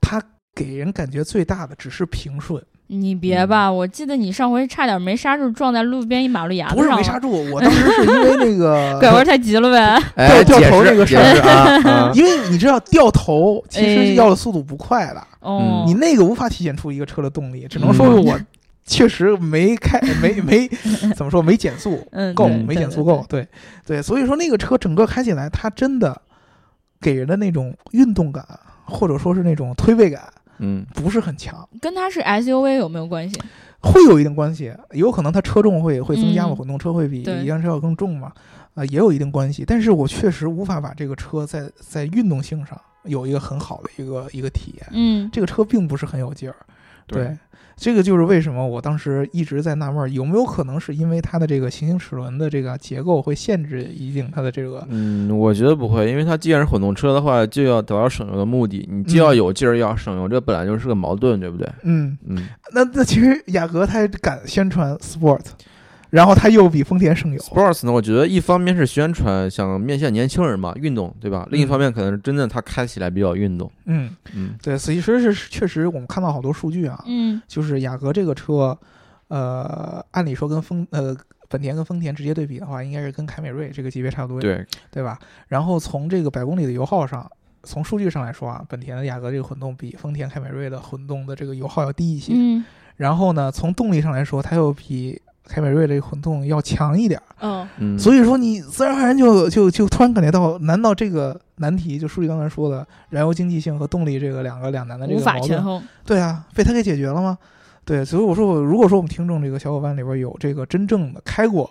Speaker 3: 它给人感觉最大的只是平顺，
Speaker 2: 你别吧，
Speaker 3: 嗯
Speaker 2: 我记得你上回差点没刹住，撞在路边一马路牙子
Speaker 3: 不是
Speaker 2: 上
Speaker 3: 没
Speaker 2: 了
Speaker 3: 刹住，呃我当时是因为那
Speaker 2: <laughs>
Speaker 3: 个
Speaker 2: 拐弯太急了呗，
Speaker 4: 哎，
Speaker 3: 掉掉头
Speaker 4: 解释
Speaker 3: 那个事儿
Speaker 4: 解释
Speaker 3: <laughs>
Speaker 4: 啊，啊
Speaker 3: 因为你知道掉头其
Speaker 2: 哎
Speaker 3: 实是要的速度不快的，
Speaker 2: <laughs> 哦，
Speaker 3: 嗯
Speaker 2: 嗯
Speaker 3: 你那个无法体现出一个车的动力，只能说是我确实
Speaker 2: <laughs>
Speaker 3: 没开没没怎么说没减速
Speaker 2: 嗯
Speaker 3: 够，
Speaker 2: 对
Speaker 3: 没
Speaker 2: 对
Speaker 3: 减
Speaker 2: 对
Speaker 3: 速够，对对，所以说那个车整个开起来，它真的给人的那种运动感或者说是那种推背感 <laughs>
Speaker 4: 嗯，
Speaker 3: 不是很强，
Speaker 2: 跟它是 SUV 有没有关系？
Speaker 3: 会有一定关系，有可能它车重会会增加嘛，
Speaker 2: 嗯
Speaker 3: 混动车会比
Speaker 2: 对
Speaker 3: 一辆车要更重嘛，啊，也有一定关系，但是我确实无法把这个车在在运动性上有一个很好的一个一个体验。
Speaker 2: 嗯，
Speaker 3: 这个车并不是很有劲儿。
Speaker 4: 对
Speaker 3: 这个就是为什么我当时一直在纳闷儿，有没有可能是因为它的这个行星齿轮的这个结构会限制一定它的这个
Speaker 4: 嗯，我觉得不会，因为它既然是混动车的话，就要达到省油的目的，你既要有劲儿，又要省油，这本来就是个矛盾，对不对？
Speaker 3: 嗯，
Speaker 4: 嗯，
Speaker 3: 那那其实雅阁它敢宣传 Sport，然后它又比丰田省油，
Speaker 4: Sports 呢，我觉得一方面是宣传，想面向年轻人嘛，运动，对吧？另一方面可能是真的它开起来比较运动，
Speaker 3: 嗯，
Speaker 4: 嗯，
Speaker 3: 对，所以说是确实我们看到好多数据啊，
Speaker 2: 嗯
Speaker 3: 就是雅阁这个车，呃，按理说跟丰呃本田跟丰田直接对比的话，应该是跟凯美瑞这个级别差不多，
Speaker 4: 对，
Speaker 3: 对吧？然后从这个百公里的油耗上，从数据上来说啊，本田的雅阁这个混动比丰田凯美瑞的混动的这个油耗要低一些。
Speaker 2: 嗯
Speaker 3: 然后呢，从动力上来说，它又比凯美瑞这个混动要强一点儿。
Speaker 2: 哦，
Speaker 4: 嗯，以
Speaker 3: 所以说，你自然而然就就就突然感觉到，难道这个难题就书记刚才说的燃油经济性和动力这个两个两难的这
Speaker 2: 嗯无
Speaker 3: 个
Speaker 2: 法
Speaker 3: 矛
Speaker 2: 权
Speaker 3: 盾，
Speaker 2: 衡，
Speaker 3: 对啊，被它给解决了吗？对，所以我说我如果说我们听众这个小伙伴里边有这个真正的开过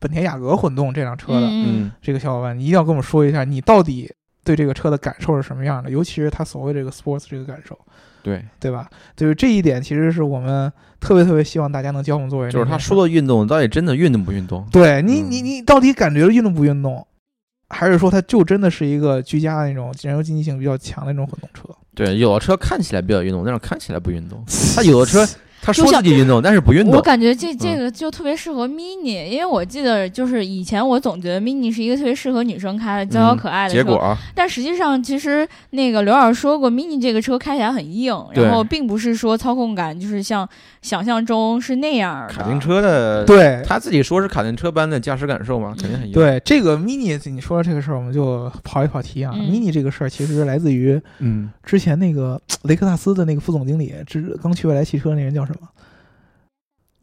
Speaker 3: 本田雅阁混动这辆车的、
Speaker 2: 嗯，
Speaker 4: 嗯，
Speaker 3: 这个小伙伴，你一定要跟我们说一下你到底对这个车的感受是什么样的，尤其是它所谓这个 sports 这个感受，
Speaker 4: 对，
Speaker 3: 对吧？就是这一点，其实是我们特别特别希望大家能交互作为。
Speaker 4: 就是他说的运动到底真的运动不运动？
Speaker 3: 对你，你
Speaker 4: 嗯
Speaker 3: 你到底感觉运动不运动，还是说它就真的是一个居家的那种燃油经济性比较强的那种混动车？
Speaker 4: 对，有的车看起来比较运动，但是看起来不运动。他有的车他说
Speaker 2: 就像
Speaker 4: 自己运动，但是不运
Speaker 2: 我
Speaker 4: 动。
Speaker 2: 感觉这这个就特别适合 mini，、因为我记得就是以前我总觉得 mini 是一个特别适合女生开的娇小可爱的车，
Speaker 4: 结果啊，
Speaker 2: 但实际上其实那个刘老师说过，mini 这个车开起来很硬，
Speaker 4: 对
Speaker 2: 然后并不是说操控感就是像想象中是那样的。
Speaker 4: 卡丁车
Speaker 3: <laughs>
Speaker 4: 的，
Speaker 3: 对
Speaker 4: 他自己说是卡丁车般的驾驶感受嘛，肯定很一样。
Speaker 3: 对，这个 mini 你说这个事儿，我们就跑一跑题啊。
Speaker 2: 嗯
Speaker 3: mini 这个事儿其实来自于
Speaker 4: 嗯，
Speaker 3: 之前那个雷克萨斯的那个副总经理，之刚去未来汽车那人叫什么？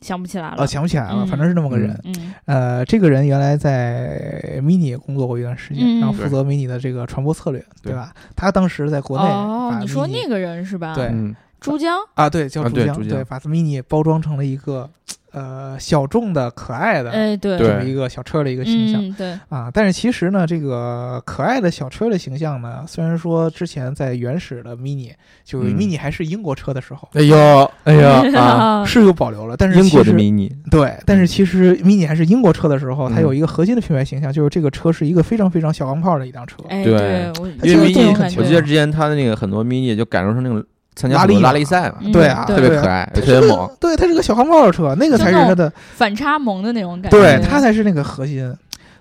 Speaker 2: 想不起来了。
Speaker 3: 啊，想不起来了，
Speaker 2: 嗯
Speaker 3: 反正是那么个人。
Speaker 2: 嗯
Speaker 3: 呃，这个人原来在 mini 也工作过一段时间，
Speaker 2: 嗯
Speaker 3: 然后负责 mini 的这个传播策略，
Speaker 4: 对
Speaker 3: 对吧？他当时在国内
Speaker 2: 哦
Speaker 3: 把，
Speaker 2: 你说
Speaker 3: Mini-
Speaker 2: 那个人是吧？
Speaker 3: 对
Speaker 4: 嗯，
Speaker 2: 珠江。
Speaker 3: 啊，对，叫
Speaker 4: 啊
Speaker 3: 珠
Speaker 4: 对
Speaker 3: 江，
Speaker 4: 珠江
Speaker 3: 对，把 mini 包装成了一个呃小众的、可爱的
Speaker 2: 哎，对，
Speaker 3: 这
Speaker 4: 对
Speaker 3: 么一个小车的一个形象。
Speaker 2: 嗯，对，
Speaker 3: 啊，但是其实呢，这个可爱的小车的形象呢，虽然说之前在原始的 Mini，就是
Speaker 4: 嗯
Speaker 3: Mini 还是英国车的时候、
Speaker 4: 哎呦，
Speaker 2: <laughs>
Speaker 4: 哎呀啊，
Speaker 3: 是有保留了，但是
Speaker 4: 英国的
Speaker 3: 其实
Speaker 4: mini，
Speaker 3: 对，但是其实 Mini 还是英国车的时候，它
Speaker 4: 嗯
Speaker 3: 有一个核心的品牌形象，就是这个车是一个非常非常小钢炮的一辆车，
Speaker 2: 哎，
Speaker 4: 对
Speaker 2: 我
Speaker 4: 因
Speaker 2: 就
Speaker 4: 为
Speaker 2: 是这
Speaker 4: mini，
Speaker 2: 种感
Speaker 4: 我记得之前他的那个很多 mini 就改装成那种参加
Speaker 3: 啊拉
Speaker 4: 很多
Speaker 3: 力
Speaker 4: 拉
Speaker 3: 嘛
Speaker 4: 力赛嘛，
Speaker 2: 嗯
Speaker 3: 对啊，
Speaker 2: 对
Speaker 4: 特别
Speaker 3: 对
Speaker 4: 可爱，
Speaker 3: 它
Speaker 4: 特
Speaker 3: 是
Speaker 4: 别
Speaker 3: 个
Speaker 4: 猛。
Speaker 3: 对，它是个小钢炮的车，那
Speaker 2: 就
Speaker 3: 个才是
Speaker 2: 那
Speaker 3: 它的，
Speaker 2: 反差萌的那种感觉。
Speaker 3: 对，它才是那个核心。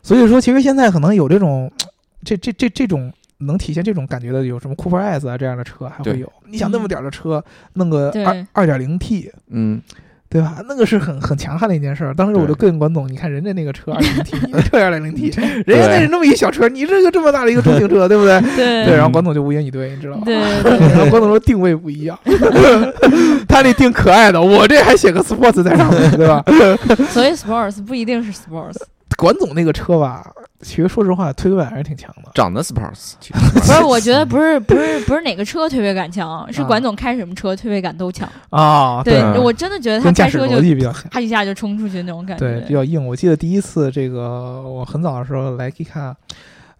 Speaker 3: 所以说，其实现在可能有这种，这这这这种能体现这种感觉的，有什么 Cooper S 啊这样的车还
Speaker 4: 对
Speaker 3: 会有。你想那么点儿的车，弄个
Speaker 2: 对
Speaker 3: 二二点零 T，
Speaker 4: 嗯，
Speaker 3: 对吧？那个是很很强悍的一件事儿。当时我就膈应管总，你看人家那个车二零 T，你这二零 T，人家那是那么一小车，你这个这么大的一个中型车，对不对？
Speaker 2: 对
Speaker 3: <laughs> 对，然后管总就无言以对，你知道吗？
Speaker 2: 对
Speaker 3: <laughs> 然后
Speaker 2: 对
Speaker 3: 管总说定位不一样，他那定可爱的，我这还写个 sports 在上面，对吧？
Speaker 2: 对， <laughs> 所以 sports 不一定是 sports，
Speaker 3: 管总那个车吧，其实说实话，推动感还是挺强的。
Speaker 4: 长得 sports，其实
Speaker 2: 不是，我觉得不是不是不是哪个车推背感强，是管总开什么车推背感都强。
Speaker 3: 啊，
Speaker 2: 对
Speaker 4: 对
Speaker 2: 我真的觉得他
Speaker 3: 跟驾
Speaker 2: 开
Speaker 3: 驶
Speaker 2: 车
Speaker 3: 逻
Speaker 2: 就
Speaker 3: 辑比较像，
Speaker 2: 啪一下就冲出去那种感
Speaker 3: 对，
Speaker 2: 觉。
Speaker 3: 比较硬。我记得第一次这个，我很早的时候来 Kika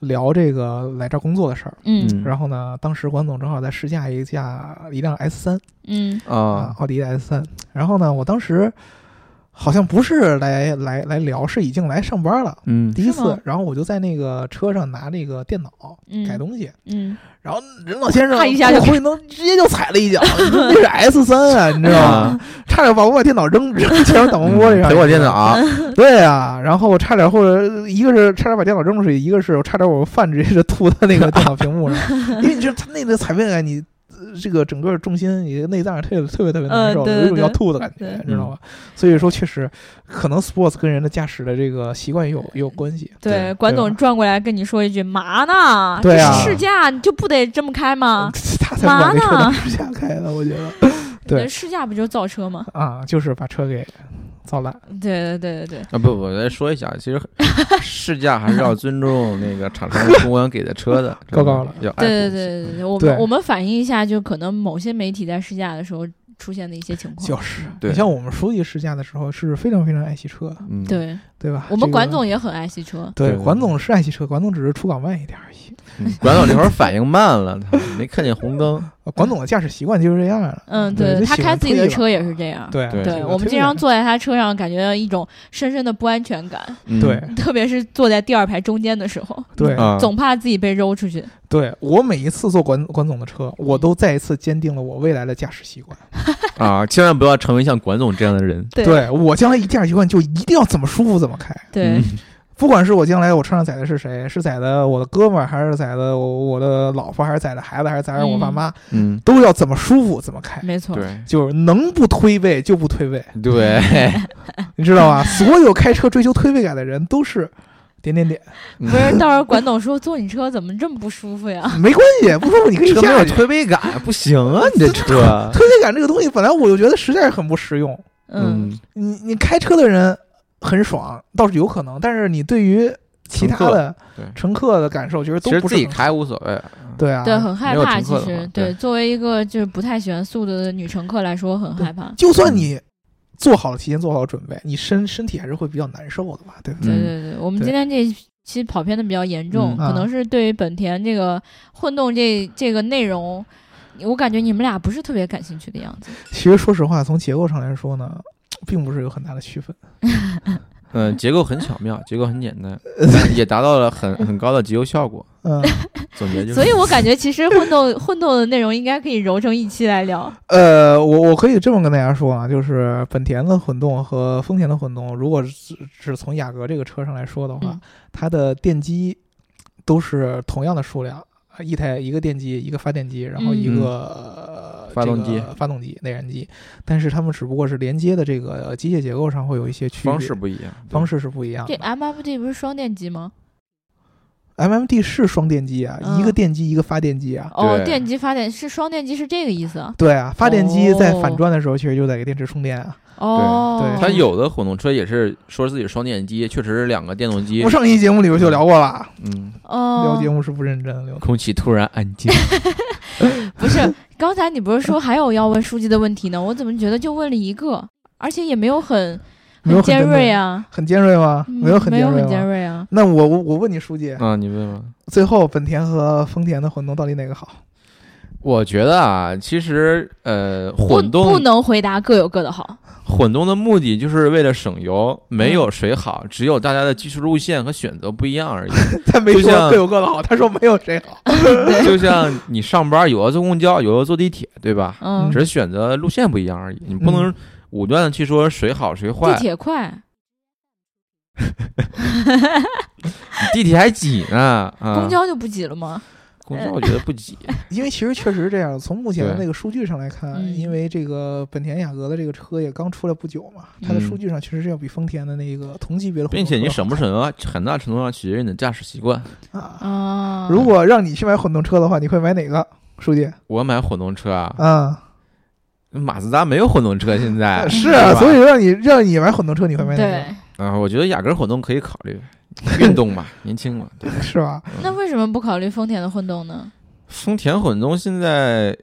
Speaker 3: 聊这个来这儿工作的事儿，
Speaker 2: 嗯
Speaker 3: 然后呢，当时管总正好在试驾一架一辆 S 三
Speaker 2: 嗯
Speaker 4: 啊，
Speaker 3: 奥迪的 S 三，然后呢，我当时好像不是来来来聊，是已经来上班了。
Speaker 4: 嗯
Speaker 3: 第一
Speaker 2: 是吗
Speaker 3: 次，然后我就在那个车上拿那个电脑改
Speaker 2: 嗯
Speaker 3: 东西，
Speaker 2: 嗯，
Speaker 3: 然后任老先生
Speaker 2: 啪一下就
Speaker 3: 我回去能直接就踩了一
Speaker 2: <laughs>
Speaker 3: 脚，那是 S 三啊，你知道吗？ <laughs>
Speaker 4: 啊，嗯
Speaker 3: 差点把我把电脑扔
Speaker 2: <laughs>
Speaker 3: 扔墙上挡风玻璃上，
Speaker 4: 陪我
Speaker 3: <laughs>
Speaker 4: 电脑，
Speaker 3: 对啊，然后我差点或者一个是差点把电脑扔出去，一个是我差点我饭直接就吐到那个电脑屏幕
Speaker 2: <laughs>
Speaker 3: 上，因为你知道它那个踩面感，你呃这个整个重心你的内脏特别特别特别难受，
Speaker 2: 嗯对
Speaker 3: 有一种
Speaker 2: 对
Speaker 3: 要吐的感觉
Speaker 2: 对，
Speaker 3: 你知道吗？所以说确实可能 sports 跟人的驾驶的这个习惯也有也有关系。
Speaker 2: 对，
Speaker 4: 对
Speaker 2: 管
Speaker 3: 对
Speaker 2: 总
Speaker 3: 吧
Speaker 2: 转过来跟你说一句：“嘛呢？
Speaker 3: 对啊嗯
Speaker 2: 这试驾你就不得这么开吗？
Speaker 3: <laughs> 他才不把这车
Speaker 2: 嘛
Speaker 3: 当
Speaker 2: 啊呢
Speaker 3: 时下开呢，我觉得
Speaker 2: 你
Speaker 3: 对
Speaker 2: 的试驾不就造车吗
Speaker 3: <laughs> 啊，就是把车给造烂。？”
Speaker 2: 对对对对对，
Speaker 4: 啊不，我再说一下，其实试驾还是要尊重那个厂商和公关给的车的，
Speaker 3: <laughs> 高高了
Speaker 4: 要爱护
Speaker 2: 对对
Speaker 4: 一些。
Speaker 2: 对对，我
Speaker 3: 哎对
Speaker 2: 们我们反映一下，就可能某些媒体在试驾的时候出现的一些情况。
Speaker 3: 就是，
Speaker 4: 对
Speaker 3: 你像我们书记试驾的时候是非常非常爱惜车的，
Speaker 4: 嗯，
Speaker 2: 对，
Speaker 3: 对吧？
Speaker 2: 我们管
Speaker 3: 这个
Speaker 2: 总也很爱惜车。
Speaker 3: 对，
Speaker 4: 对
Speaker 3: 管总是爱惜车，管总只是出港慢一点而已。
Speaker 4: 嗯管总这会儿反应慢了，他没看见红灯。
Speaker 3: 呃管总的驾驶习惯就是这样的。
Speaker 2: 嗯，
Speaker 3: 对
Speaker 2: 对
Speaker 3: 就
Speaker 2: 他
Speaker 3: 喜
Speaker 2: 开
Speaker 3: 欢
Speaker 2: 自己
Speaker 3: 推
Speaker 2: 的
Speaker 3: 吧
Speaker 2: 车也是这样。
Speaker 3: 对
Speaker 4: 对
Speaker 3: 这
Speaker 2: 对
Speaker 3: 个
Speaker 2: 我们
Speaker 3: 推
Speaker 2: 经常
Speaker 3: 荐
Speaker 2: 坐在他车上，感觉到一种深深的不安全感，
Speaker 4: 嗯
Speaker 3: <laughs> 对
Speaker 2: 特别是坐在第二排中间的时候，
Speaker 3: 对
Speaker 4: 啊，
Speaker 2: 总怕自己被揉出去。
Speaker 3: 对我每一次坐管管总的车，我都再一次坚定了我未来的驾驶习惯。
Speaker 4: 啊，千万不要成为像管总这样的人。
Speaker 2: 对
Speaker 3: 对嗯我将来一驾驶习惯就一定要怎么舒服怎么开，
Speaker 2: <laughs> 对，
Speaker 4: 嗯
Speaker 2: <laughs>
Speaker 3: 不管是我将来我车上载的是谁，是载的我的哥们儿，还是载的我我的老婆，还是载的孩子，还是载着我爸妈，
Speaker 4: 嗯，
Speaker 3: 都要怎么舒服怎么开。
Speaker 2: 没错。
Speaker 4: 对
Speaker 3: 就是能不推背就不推背，
Speaker 4: 对，
Speaker 3: 你知
Speaker 4: <laughs>
Speaker 3: 道吧？所有开车追求推背感的人都是点点
Speaker 4: <laughs>
Speaker 3: 点，
Speaker 2: 不是，到时候管总说坐你车怎么这么不舒服呀？
Speaker 3: 没关系，不舒服你
Speaker 2: 嗯
Speaker 3: 可以
Speaker 4: 车没有
Speaker 3: 下去。
Speaker 4: 推背感，不行啊，你这车。
Speaker 3: 推背感这个东西，本来我就觉得实在是很不实用。
Speaker 2: <laughs> 嗯，
Speaker 3: 你你开车的人很爽，倒是有可能，但是你对于其他的
Speaker 4: 乘客对
Speaker 3: 乘客的感受，觉得
Speaker 4: 其
Speaker 3: 都
Speaker 4: 实
Speaker 3: 不是
Speaker 4: 自己
Speaker 3: 很
Speaker 4: 开无所谓，
Speaker 3: 对啊，
Speaker 2: 对，很害怕。
Speaker 4: 没有
Speaker 2: 其
Speaker 4: 乘客的话
Speaker 2: 实，
Speaker 4: 对
Speaker 2: 对，作为一个就是不太喜欢速度的女乘客来说，很害怕。
Speaker 3: 就算你做好了提前做好准备，你身身体还是会比较难受的吧，对不对？
Speaker 2: 对
Speaker 4: 嗯
Speaker 2: 对对，我们
Speaker 3: 对
Speaker 2: 今天这期跑偏的比较严重，
Speaker 4: 嗯
Speaker 3: 啊
Speaker 2: 可能是对于本田这个混动这这个内容，我感觉你们俩不是特别感兴趣的样子。
Speaker 3: 其实说实话，从结构上来说呢，并不是有很大的区分。
Speaker 4: 嗯，结构很巧妙，结构很简单，也达到了很很高的集邮效果。 <laughs>
Speaker 3: 嗯，
Speaker 4: 总结就是，
Speaker 2: 所以我感觉其实混动混动的内容应该可以揉成一期来聊。
Speaker 3: 呃，我我可以这么跟大家说啊，就是本田的混动和丰田的混动，如果只只从雅阁这个车上来说的话，
Speaker 2: 嗯
Speaker 3: 它的电机都是同样的数量，啊一台一个电机，一个发电机，然后一
Speaker 4: 嗯
Speaker 3: 个、呃
Speaker 4: 发动机
Speaker 3: 这个发动机、内燃机，但是它们只不过是连接的这个机械结构上会有一些区别，
Speaker 4: 方式不一样，对
Speaker 3: 方式是不一样
Speaker 2: 这
Speaker 3: 的。
Speaker 2: MFD 不是双电机吗？
Speaker 3: MMD 是双电机啊，
Speaker 2: 嗯
Speaker 3: 一个电机一个发电机啊。
Speaker 2: 哦，
Speaker 4: 对
Speaker 2: 电机发电是双电机是这个意思啊。
Speaker 3: 对啊，发电机在反
Speaker 2: 哦
Speaker 3: 转的时候，其实就在给电池充电啊。
Speaker 2: 哦，
Speaker 3: 对
Speaker 4: 它有的混动车也是说自己双电机，确实是两个电动机
Speaker 3: 我。上一期节目里边就聊过了，
Speaker 4: 嗯，
Speaker 3: 聊
Speaker 2: 哦
Speaker 3: 节，目是不认真的。刘
Speaker 4: 空气突然安静。
Speaker 2: 不是，刚才你不是说还有要问书记的问题呢？我怎么觉得就问了一个，而且也没有很
Speaker 3: 没有很
Speaker 2: 尖
Speaker 3: 针
Speaker 2: 锐
Speaker 3: 对
Speaker 2: 啊，
Speaker 3: 很尖锐吗？
Speaker 2: 嗯
Speaker 3: 没有很
Speaker 2: 没
Speaker 3: 尖
Speaker 2: 有
Speaker 3: 锐
Speaker 2: 很
Speaker 3: 吗？
Speaker 2: 尖锐啊。
Speaker 3: 那我我我问你，书记，
Speaker 4: <laughs> 啊，你问吧。
Speaker 3: 最后本田和丰田的混动到底哪个好？
Speaker 4: <laughs>
Speaker 3: <laughs>
Speaker 4: 我觉得啊，其实呃，
Speaker 2: 不
Speaker 4: 混
Speaker 2: 不
Speaker 4: 动
Speaker 2: 能回答各有各的好。
Speaker 4: 混动的目的就是为了省油，没有谁好，只有大家的技术路线和选择不一样而 <laughs> 已。
Speaker 3: 他没
Speaker 4: 就
Speaker 3: 说
Speaker 4: 像
Speaker 3: 各有各的好，他说没有谁好。 <laughs>
Speaker 4: 就像你上班有的坐公交，有的坐地铁，对吧？
Speaker 2: 嗯，
Speaker 4: 只是选择路线不一样而已，你不能武断的去说谁好谁
Speaker 2: 地
Speaker 4: 坏。
Speaker 2: 铁
Speaker 3: <laughs>
Speaker 2: 快，
Speaker 4: 地铁还挤呢，啊，
Speaker 3: 嗯
Speaker 2: 公交就呃不挤了吗？
Speaker 4: 公交我觉得不挤，
Speaker 3: 因为其实确实是这样，从目前的
Speaker 4: 对
Speaker 3: 那个数据上来看，
Speaker 2: 嗯
Speaker 3: 因为这个本田雅阁的这个车也刚出来不久嘛，它的
Speaker 4: 嗯
Speaker 3: 数据上确实是要比丰田的那个同级别的混
Speaker 4: 并
Speaker 3: 动车
Speaker 4: 且
Speaker 3: 好看，
Speaker 4: 你省不省油，很大程度上取决于你的驾驶习惯。
Speaker 3: 啊？
Speaker 2: 啊，
Speaker 3: 如果让你去买混动车的话，你会买哪个？书记
Speaker 4: 我买混动车啊，
Speaker 3: 啊，
Speaker 4: 马自达没有混动车现在。
Speaker 3: 是
Speaker 4: 对
Speaker 3: 啊，
Speaker 4: 哎吧
Speaker 3: 所以让你让你买混动车，你会买哪
Speaker 2: 对，
Speaker 4: 啊，我觉得雅阁混动可以考虑，运动嘛，年轻嘛。对
Speaker 3: 个？是吧？
Speaker 2: 那为什么不考虑丰田的混动
Speaker 3: <laughs>
Speaker 2: 呢？
Speaker 4: 丰田混动现在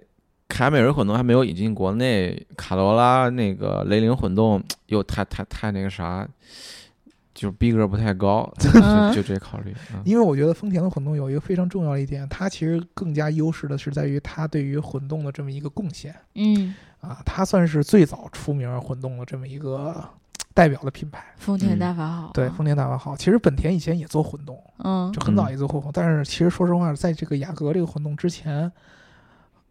Speaker 4: 凯美瑞混动还没有引进国内，卡罗拉那个雷凌混动又太太太那个啥，就逼格不太高，
Speaker 2: 嗯
Speaker 4: 就就这考虑。嗯
Speaker 3: 因为我觉得丰田的混动有一个非常重要的一点，它其实更加优势的是在于它对于混动的这么一个贡献
Speaker 2: 嗯，
Speaker 3: 啊，它算是最早出名混动的这么一个呃代表的品牌。
Speaker 2: 丰田大法好。
Speaker 3: 嗯
Speaker 2: 啊
Speaker 3: 对，丰田大法好。其实本田以前也做混动，
Speaker 2: 哦嗯
Speaker 3: 就很早也做混动，但是其实说实话，在这个雅阁这个混动之前，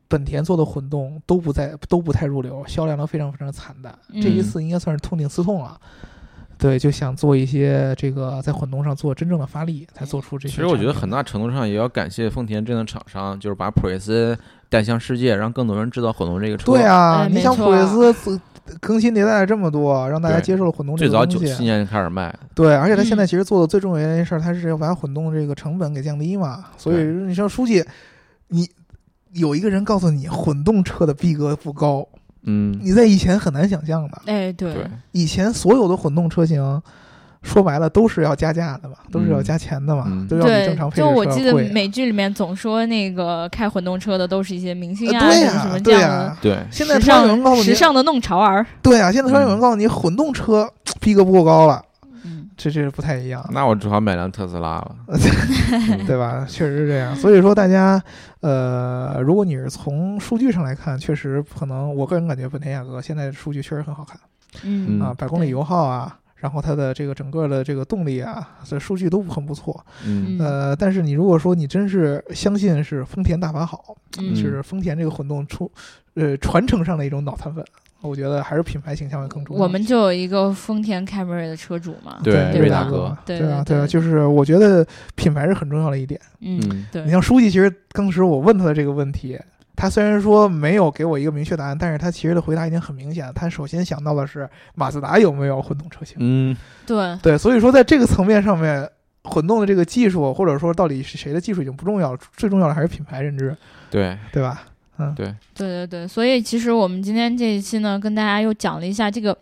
Speaker 3: 本田做的混动都不在都不太入流，销量都非常非常惨淡。这一
Speaker 4: 嗯
Speaker 3: 次应该算是痛定思痛了。对，就想做一些这个在混动上做真正的发力，才做出这
Speaker 4: 其
Speaker 3: 些。
Speaker 4: 实我觉得很大程度上也要感谢丰田这样的厂商，就是把普锐斯带向世界，让更多人知道混动这个车。
Speaker 3: 对啊，
Speaker 2: 哎
Speaker 3: 你
Speaker 2: 没
Speaker 3: 像
Speaker 2: 错
Speaker 3: 普锐斯自更新迭代了这么多，让大家
Speaker 4: 对
Speaker 3: 接受了混动这
Speaker 4: 最
Speaker 3: 个
Speaker 4: 早
Speaker 3: 东
Speaker 4: 九
Speaker 3: 西
Speaker 4: 七年就开始卖，
Speaker 3: 对，而且它现在
Speaker 2: 嗯
Speaker 3: 其实做的最重要的一件事儿，它是要把混动这个成本给降低嘛。所以
Speaker 4: 对
Speaker 3: 你像书记，你有一个人告诉你混动车的逼格不高，
Speaker 4: 嗯，
Speaker 3: 你在以前很难想象的。
Speaker 2: 哎，对
Speaker 4: 对，
Speaker 3: 以前所有的混动车型，说白了都是要加价的嘛，都是要加钱的嘛，
Speaker 4: 嗯
Speaker 3: 都要比正常
Speaker 2: 对，
Speaker 3: 配置
Speaker 2: 就
Speaker 3: 车
Speaker 2: 我记得
Speaker 3: 贵啊
Speaker 2: 美剧里面总说那个开混动车的都是一些明星
Speaker 3: 呃
Speaker 2: 啊，
Speaker 3: 对
Speaker 2: 什
Speaker 3: 呀、
Speaker 2: 么什么这
Speaker 3: 对呀、
Speaker 2: 样的。
Speaker 4: 对，
Speaker 3: 现在
Speaker 2: 时
Speaker 3: 突然有人告
Speaker 2: 尚
Speaker 3: 诉
Speaker 2: 时
Speaker 3: 你，
Speaker 2: 尚的弄潮儿，
Speaker 3: 对啊呀、现在突然有人
Speaker 4: 嗯
Speaker 3: 告诉你，混动车逼格不够高了，
Speaker 2: 嗯，
Speaker 3: 这这是不太一样。
Speaker 4: 那我只好买辆特斯拉了。嗯
Speaker 3: <laughs> 对吧？确实是这样。所以说，大家，呃，如果你是从数据上来看，确实可能，我个人感觉本田雅阁现在数据确实很好看
Speaker 2: 嗯
Speaker 3: 啊，
Speaker 4: 嗯
Speaker 3: 百公里
Speaker 2: 对
Speaker 3: 油耗啊，然后它的这个整个的这个动力啊，这数据都很不错。
Speaker 4: 嗯，
Speaker 3: 呃，但是你如果说你真是相信是丰田大法好，
Speaker 2: 嗯
Speaker 3: 是丰田这个混动出，呃，传承上的一种脑残粉，我觉得还是品牌形象会更重要。
Speaker 2: 我们就有一个丰田凯美瑞的车主嘛，
Speaker 4: 对
Speaker 2: 瑞
Speaker 3: 大
Speaker 2: 达
Speaker 4: 哥
Speaker 3: 对
Speaker 2: 对
Speaker 3: 啊，
Speaker 2: 对
Speaker 3: 对
Speaker 2: 对
Speaker 3: 啊，就是我觉得品牌是很重要的一点。
Speaker 2: 嗯
Speaker 4: 嗯，
Speaker 2: 对
Speaker 3: 你，像书记，其实当时我问他的这个问题，他虽然说没有给我一个明确答案，但是他其实的回答已经很明显了。他首先想到的是马自达有没有混动车型，
Speaker 4: 嗯，
Speaker 2: 对，
Speaker 3: 对，所以说在这个层面上面，混动的这个技术或者说到底是谁的技术已经不重要了，最重要的还是品牌认知，
Speaker 4: 对，
Speaker 3: 对吧？
Speaker 4: 对，
Speaker 2: 对对对，所以其实我们今天这一期呢，跟大家又讲了一下这个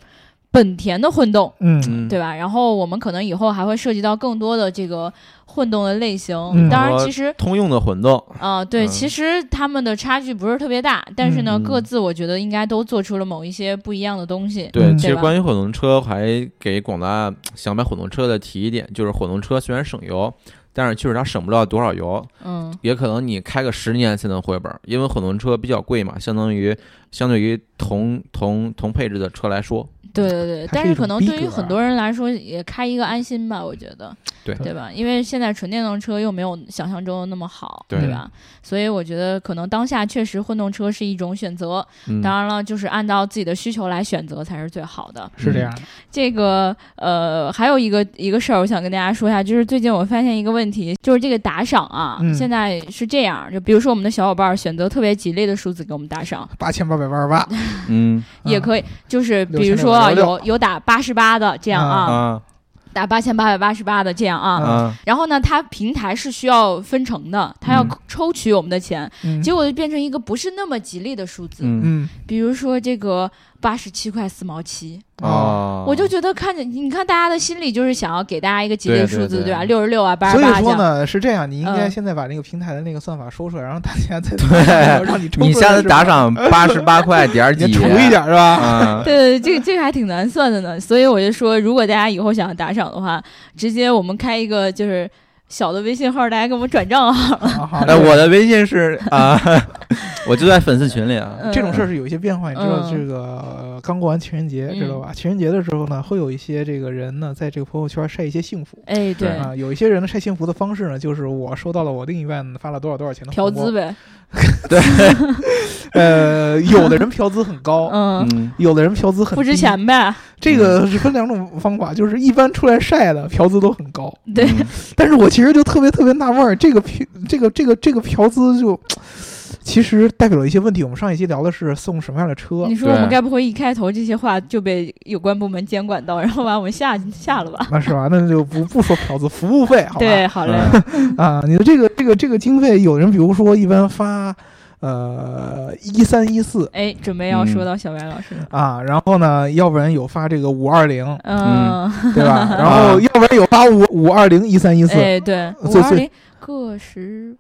Speaker 2: 本田的混动，
Speaker 3: 嗯，
Speaker 4: 嗯，
Speaker 2: 对吧？然后我们可能以后还会涉及到更多的这个混动的类型。
Speaker 3: 嗯
Speaker 2: 当然，
Speaker 4: 我
Speaker 2: 其实
Speaker 4: 通用的混动，
Speaker 2: 啊、对，
Speaker 4: 啊嗯
Speaker 2: 其实他们的差距不是特别大，但是呢，
Speaker 4: 嗯
Speaker 2: 各自我觉得应该都做出了某一些不一样的东西。
Speaker 4: 对，
Speaker 3: 嗯
Speaker 4: 其
Speaker 2: 对
Speaker 4: 实
Speaker 2: 吧
Speaker 4: 关于混动车，还给广大想买混动车的提一点，就是混动车虽然省油，但是确实它省不了多少油，
Speaker 2: 嗯
Speaker 4: 也可能你开个十年才能回本儿，因为混动车比较贵嘛，相当于相对于同同同配置的车来说，，
Speaker 2: 对对对，
Speaker 3: 它
Speaker 2: 但
Speaker 3: 是一
Speaker 2: 是
Speaker 3: 种
Speaker 2: 可能
Speaker 3: 逼
Speaker 2: 对于
Speaker 3: 格
Speaker 2: 很
Speaker 3: 啊
Speaker 2: 多人来说，也开一个安心吧，我觉得，
Speaker 4: 对
Speaker 2: 对吧？因为现在纯电动车又没有想象中的那么好，
Speaker 4: 对
Speaker 2: 吧？所以我觉得可能当下确实混动车是一种选择，
Speaker 4: 嗯，
Speaker 2: 当然了，就是按照自己的需求来选择才是最好的。
Speaker 3: 是这样的，
Speaker 2: 这个呃，还有一个一个事儿，我想跟大家说一下，就是最近我发现一个问题，就是这个打赏啊，
Speaker 3: 嗯
Speaker 2: 现在是这样，就比如说我们的小伙伴儿选择特别吉利的数字给我们打赏，
Speaker 3: 八千八百八十八，
Speaker 4: 嗯
Speaker 2: 也
Speaker 3: 以，
Speaker 2: 可以，就是比如说啊
Speaker 3: 6666
Speaker 2: 有有打八十八的这样啊，
Speaker 4: 啊
Speaker 2: 打八千八百八十八的这样啊。
Speaker 3: 嗯
Speaker 4: 啊，
Speaker 2: 然后呢，它平台是需要分成的，它要
Speaker 4: 嗯
Speaker 2: 抽取我们的钱，
Speaker 3: 嗯
Speaker 2: 结果就变成一个不是那么吉利的数字，
Speaker 4: 嗯
Speaker 3: 嗯，
Speaker 2: 比如说这个八十七块四毛七，
Speaker 3: 哦
Speaker 4: 啊，
Speaker 2: 我就觉得看着你看大家的心里就是想要给大家一个吉利
Speaker 4: 对
Speaker 2: 的
Speaker 4: 对
Speaker 2: 数字，
Speaker 4: 对
Speaker 2: 对吧？六十六啊，八十
Speaker 3: 所以
Speaker 2: 八这
Speaker 3: 说
Speaker 2: 样。
Speaker 3: 呢是这样，你应该
Speaker 2: 嗯
Speaker 3: 现在把那个平台的那个算法说出来，然后大家
Speaker 2: <laughs>
Speaker 3: 再让你抽出来
Speaker 4: 你下次
Speaker 3: 是吧
Speaker 4: 打赏八十八块点儿
Speaker 3: 你
Speaker 4: 几，
Speaker 3: 除一点是
Speaker 2: <laughs>
Speaker 3: 吧？
Speaker 4: <laughs> 啊，
Speaker 2: 对，这个这个还挺难算的呢，所以我就说，如果大家以后想要打赏的话，直接我们开一个就是小的微信号，大家给我们转账啊。
Speaker 3: 啊好
Speaker 4: 哎，我的微信是啊， <laughs> 我就在粉丝群里啊，
Speaker 2: 嗯
Speaker 3: 这种事儿是有一些变化，你知道
Speaker 2: 嗯
Speaker 3: 这个呃刚过完情人节，
Speaker 2: 嗯
Speaker 3: 知道吧？情人节的时候呢，会有一些这个人呢，在这个朋友圈晒一些幸福
Speaker 2: 哎，对，
Speaker 3: 啊，有一些人呢晒幸福的方式呢，就是我收到了我另一半发了多少多少钱的
Speaker 2: 嫖
Speaker 3: 红包
Speaker 2: 资，呗，
Speaker 3: 呃，有的人嫖资很高，
Speaker 2: <laughs> 嗯，
Speaker 4: 嗯
Speaker 3: 有的人嫖资很
Speaker 2: 不值
Speaker 3: 低，
Speaker 2: 钱呗，
Speaker 3: 这个是分两种方法，就是一般出来晒的嫖资都很高，
Speaker 2: 对
Speaker 4: 嗯
Speaker 3: 但是我其实就特别特别纳闷儿，这个嫖这个这个这个嫖资就。其实代表了一些问题。我们上一期聊的是送什么样的车，
Speaker 2: 你说我们
Speaker 4: 对
Speaker 2: 该不会一开头这些话就被有关部门监管到，然后把我们下下了吧？
Speaker 3: 那是吧？那就不不说嫖资，服务费好吧？
Speaker 2: 对，好嘞，
Speaker 4: 嗯
Speaker 3: 啊，你的这个这个这个经费，有人比如说一般发呃一三一四
Speaker 2: 哎，准备要说
Speaker 4: 嗯
Speaker 2: 到小白老师了，
Speaker 3: 啊，然后呢，要不然有发这个五二零，
Speaker 2: 嗯
Speaker 3: 对
Speaker 2: <laughs>
Speaker 3: 吧？然后要不然有发五五二零一三一四，
Speaker 2: 哎，对，五
Speaker 3: 最
Speaker 2: 二
Speaker 3: 最
Speaker 2: 零个十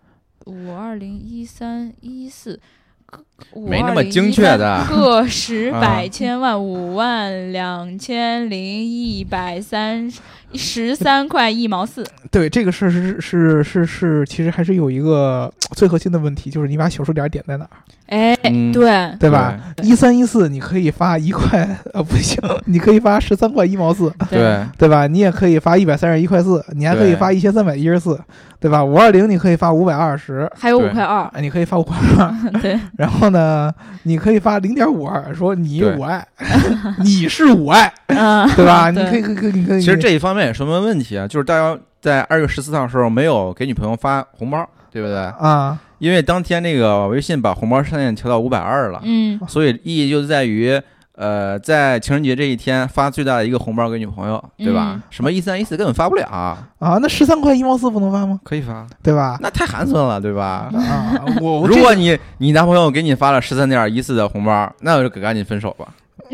Speaker 2: 五二零一三一四。个
Speaker 4: 没那么精确的
Speaker 2: 52013个十
Speaker 4: 啊
Speaker 2: 百千万五万两千零一百三十十三块一毛四，
Speaker 3: 对这个事儿是是是是，其实还是有一个最核心的问题，就是你把小数点点在哪儿，
Speaker 2: 哎，
Speaker 4: 嗯
Speaker 2: 对，
Speaker 3: 对吧？？一三一四你可以发一块，呃，不行，你可以发十三块一毛四，
Speaker 4: 对，
Speaker 3: 对吧？你也可以发一百三十一块四，你还可以
Speaker 4: 对
Speaker 3: 发一千三百一十四，对吧？五二零你可以发五百二十，
Speaker 2: 还有五
Speaker 4: 对
Speaker 2: 块二，
Speaker 4: <laughs>
Speaker 3: 啊，你可以发五块二，
Speaker 2: <laughs> 对，
Speaker 3: 然后呢，你可以发零点五二，说你
Speaker 4: 对
Speaker 3: 我爱， <laughs> 你是我爱，
Speaker 2: 嗯，
Speaker 3: 对吧？你
Speaker 2: <laughs> 对
Speaker 3: 可以，可以，可以，可以。
Speaker 4: 其实这一方面也说明问题啊，就是大家在二月十四号的时候没有给女朋友发红包，对不对？
Speaker 3: 啊，
Speaker 4: 因为当天那个微信把红包上限调到五百二了，
Speaker 2: 嗯，
Speaker 4: 所以意义就在于。呃，在情人节这一天发最大的一个红包给女朋友，对吧？
Speaker 2: 嗯
Speaker 4: 什么一三一四根本发不了，
Speaker 3: 啊，那十三块一毛四不能发吗？
Speaker 4: 可以发，
Speaker 3: 对吧？
Speaker 4: 那太寒酸了，对吧？
Speaker 3: 啊，我我
Speaker 4: <laughs> 如
Speaker 3: 这
Speaker 4: 果你你男朋友给你发了十三点一四的红包，那我就赶紧分手 <laughs> 吧。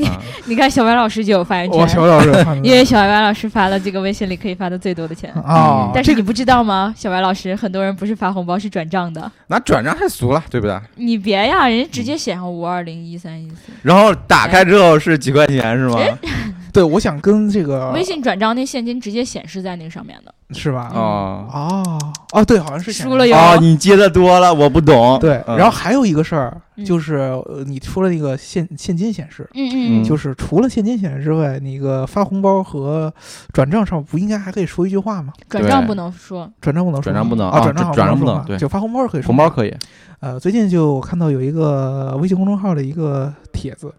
Speaker 4: 啊，
Speaker 2: 你看小白老师就有发言
Speaker 3: 我
Speaker 2: 权 <laughs>
Speaker 3: 小，老师有判
Speaker 2: 因为
Speaker 3: 断
Speaker 2: 小白老师发了这个微信里可以发的最多的钱，
Speaker 3: 啊，
Speaker 2: 嗯但
Speaker 3: 这
Speaker 2: 是你不知道吗？小白老师，很多人不是发红包是转账的，
Speaker 4: 那转账太俗了，对不对？
Speaker 2: 你别呀，人家直接写上五二零一三一四，
Speaker 4: 然后打开之后是几块钱是吗？
Speaker 2: 嗯
Speaker 3: 对我想跟这个
Speaker 2: 微信转账那现金直接显示在那上面的。
Speaker 3: 是吧？
Speaker 4: 哦
Speaker 3: 哦哦，对，好像是
Speaker 2: 输了
Speaker 3: 有
Speaker 2: 有
Speaker 4: 哦，你接的多了，我不懂。
Speaker 3: 对。
Speaker 4: 嗯
Speaker 3: 然后还有一个事儿
Speaker 2: 嗯
Speaker 3: 就是，呃你说了那个现现金显示。
Speaker 2: 嗯
Speaker 4: 嗯
Speaker 3: 就是除了现金显示之外，那个发红包和转账上不应该还可以说一句话吗？
Speaker 2: 转账不能说，
Speaker 3: 转账不能说
Speaker 4: 转账不能
Speaker 3: 啊，
Speaker 4: 啊
Speaker 3: 转账好像
Speaker 4: 转账不
Speaker 3: 说
Speaker 4: 能
Speaker 3: 嘛
Speaker 4: 对
Speaker 3: 就发红包是可以说
Speaker 4: 红包。可以，
Speaker 3: 呃，最近就我看到有一个微信公众号的一个帖子，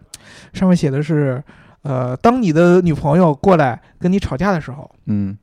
Speaker 3: 上面写的是，呃，当你的女朋友过来跟你吵架的时候，
Speaker 4: 嗯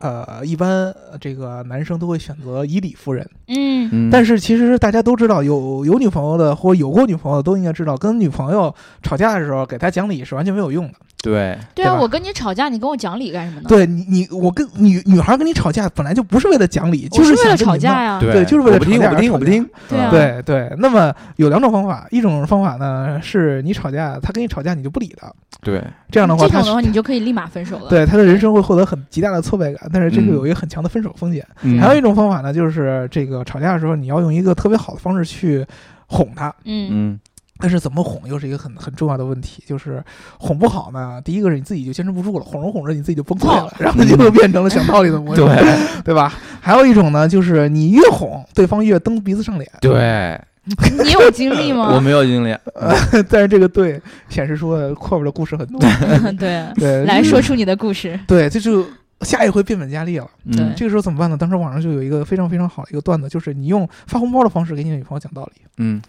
Speaker 3: 呃，一般呃这个男生都会选择以理服人，
Speaker 2: 嗯
Speaker 4: 嗯
Speaker 3: 但是其实大家都知道，有有女朋友的或有过女朋友的都应该知道，跟女朋友吵架的时候给她讲理是完全没有用的。
Speaker 4: 对，
Speaker 2: 对啊，
Speaker 3: 对吧
Speaker 2: 我跟你吵架，你跟我讲理干什么呢？，
Speaker 3: 对你你我跟女女孩跟你吵架，本来就不是为了讲理，就是
Speaker 2: 哦是为了
Speaker 3: 想跟你
Speaker 2: 吵架
Speaker 3: 闹。
Speaker 2: 呀。
Speaker 3: 对就是为了
Speaker 4: 我不听，
Speaker 3: 吵
Speaker 4: 我
Speaker 3: 架
Speaker 4: 不听，我不听。
Speaker 2: 对啊
Speaker 3: 对对，那么有两种方法，一种方法呢是你吵架，他跟你吵架你就不理他，
Speaker 4: 对，
Speaker 3: 这样的话
Speaker 2: 这
Speaker 3: 他
Speaker 2: 种的话，你就可以立马分手了。
Speaker 3: 对他的人生会获得很极大的挫败感，但是这个
Speaker 4: 嗯
Speaker 3: 有一个很强的分手风险。
Speaker 4: 嗯
Speaker 3: 还有一种方法呢，就是这个吵架的时候你要用一个特别好的方式去哄他，
Speaker 2: 嗯，
Speaker 4: 嗯，
Speaker 3: 但是怎么哄又是一个很很重要的问题，就是哄不好呢，第一个是你自己就坚持不住了，哄着哄着你自己就崩溃了，然后就又变成了讲道理的模式， <laughs> 对对吧？还有一种呢，就是你越哄对方越蹬鼻子上脸，
Speaker 4: 对，
Speaker 2: 啊你有经历
Speaker 3: <laughs>
Speaker 4: 我
Speaker 2: 吗？
Speaker 4: 没有经历，
Speaker 3: 但是这个对显示出后边的故事很多，
Speaker 2: <laughs> 对，
Speaker 3: 对，
Speaker 2: 来
Speaker 3: 就是
Speaker 2: 说出你的故事。
Speaker 3: 对，这就下一回变本加厉了。
Speaker 4: 嗯
Speaker 3: 这个时候怎么办呢？当时网上就有一个非常非常好的一个段子，就是你用发红包的方式给你的女朋友讲道理。
Speaker 4: 嗯，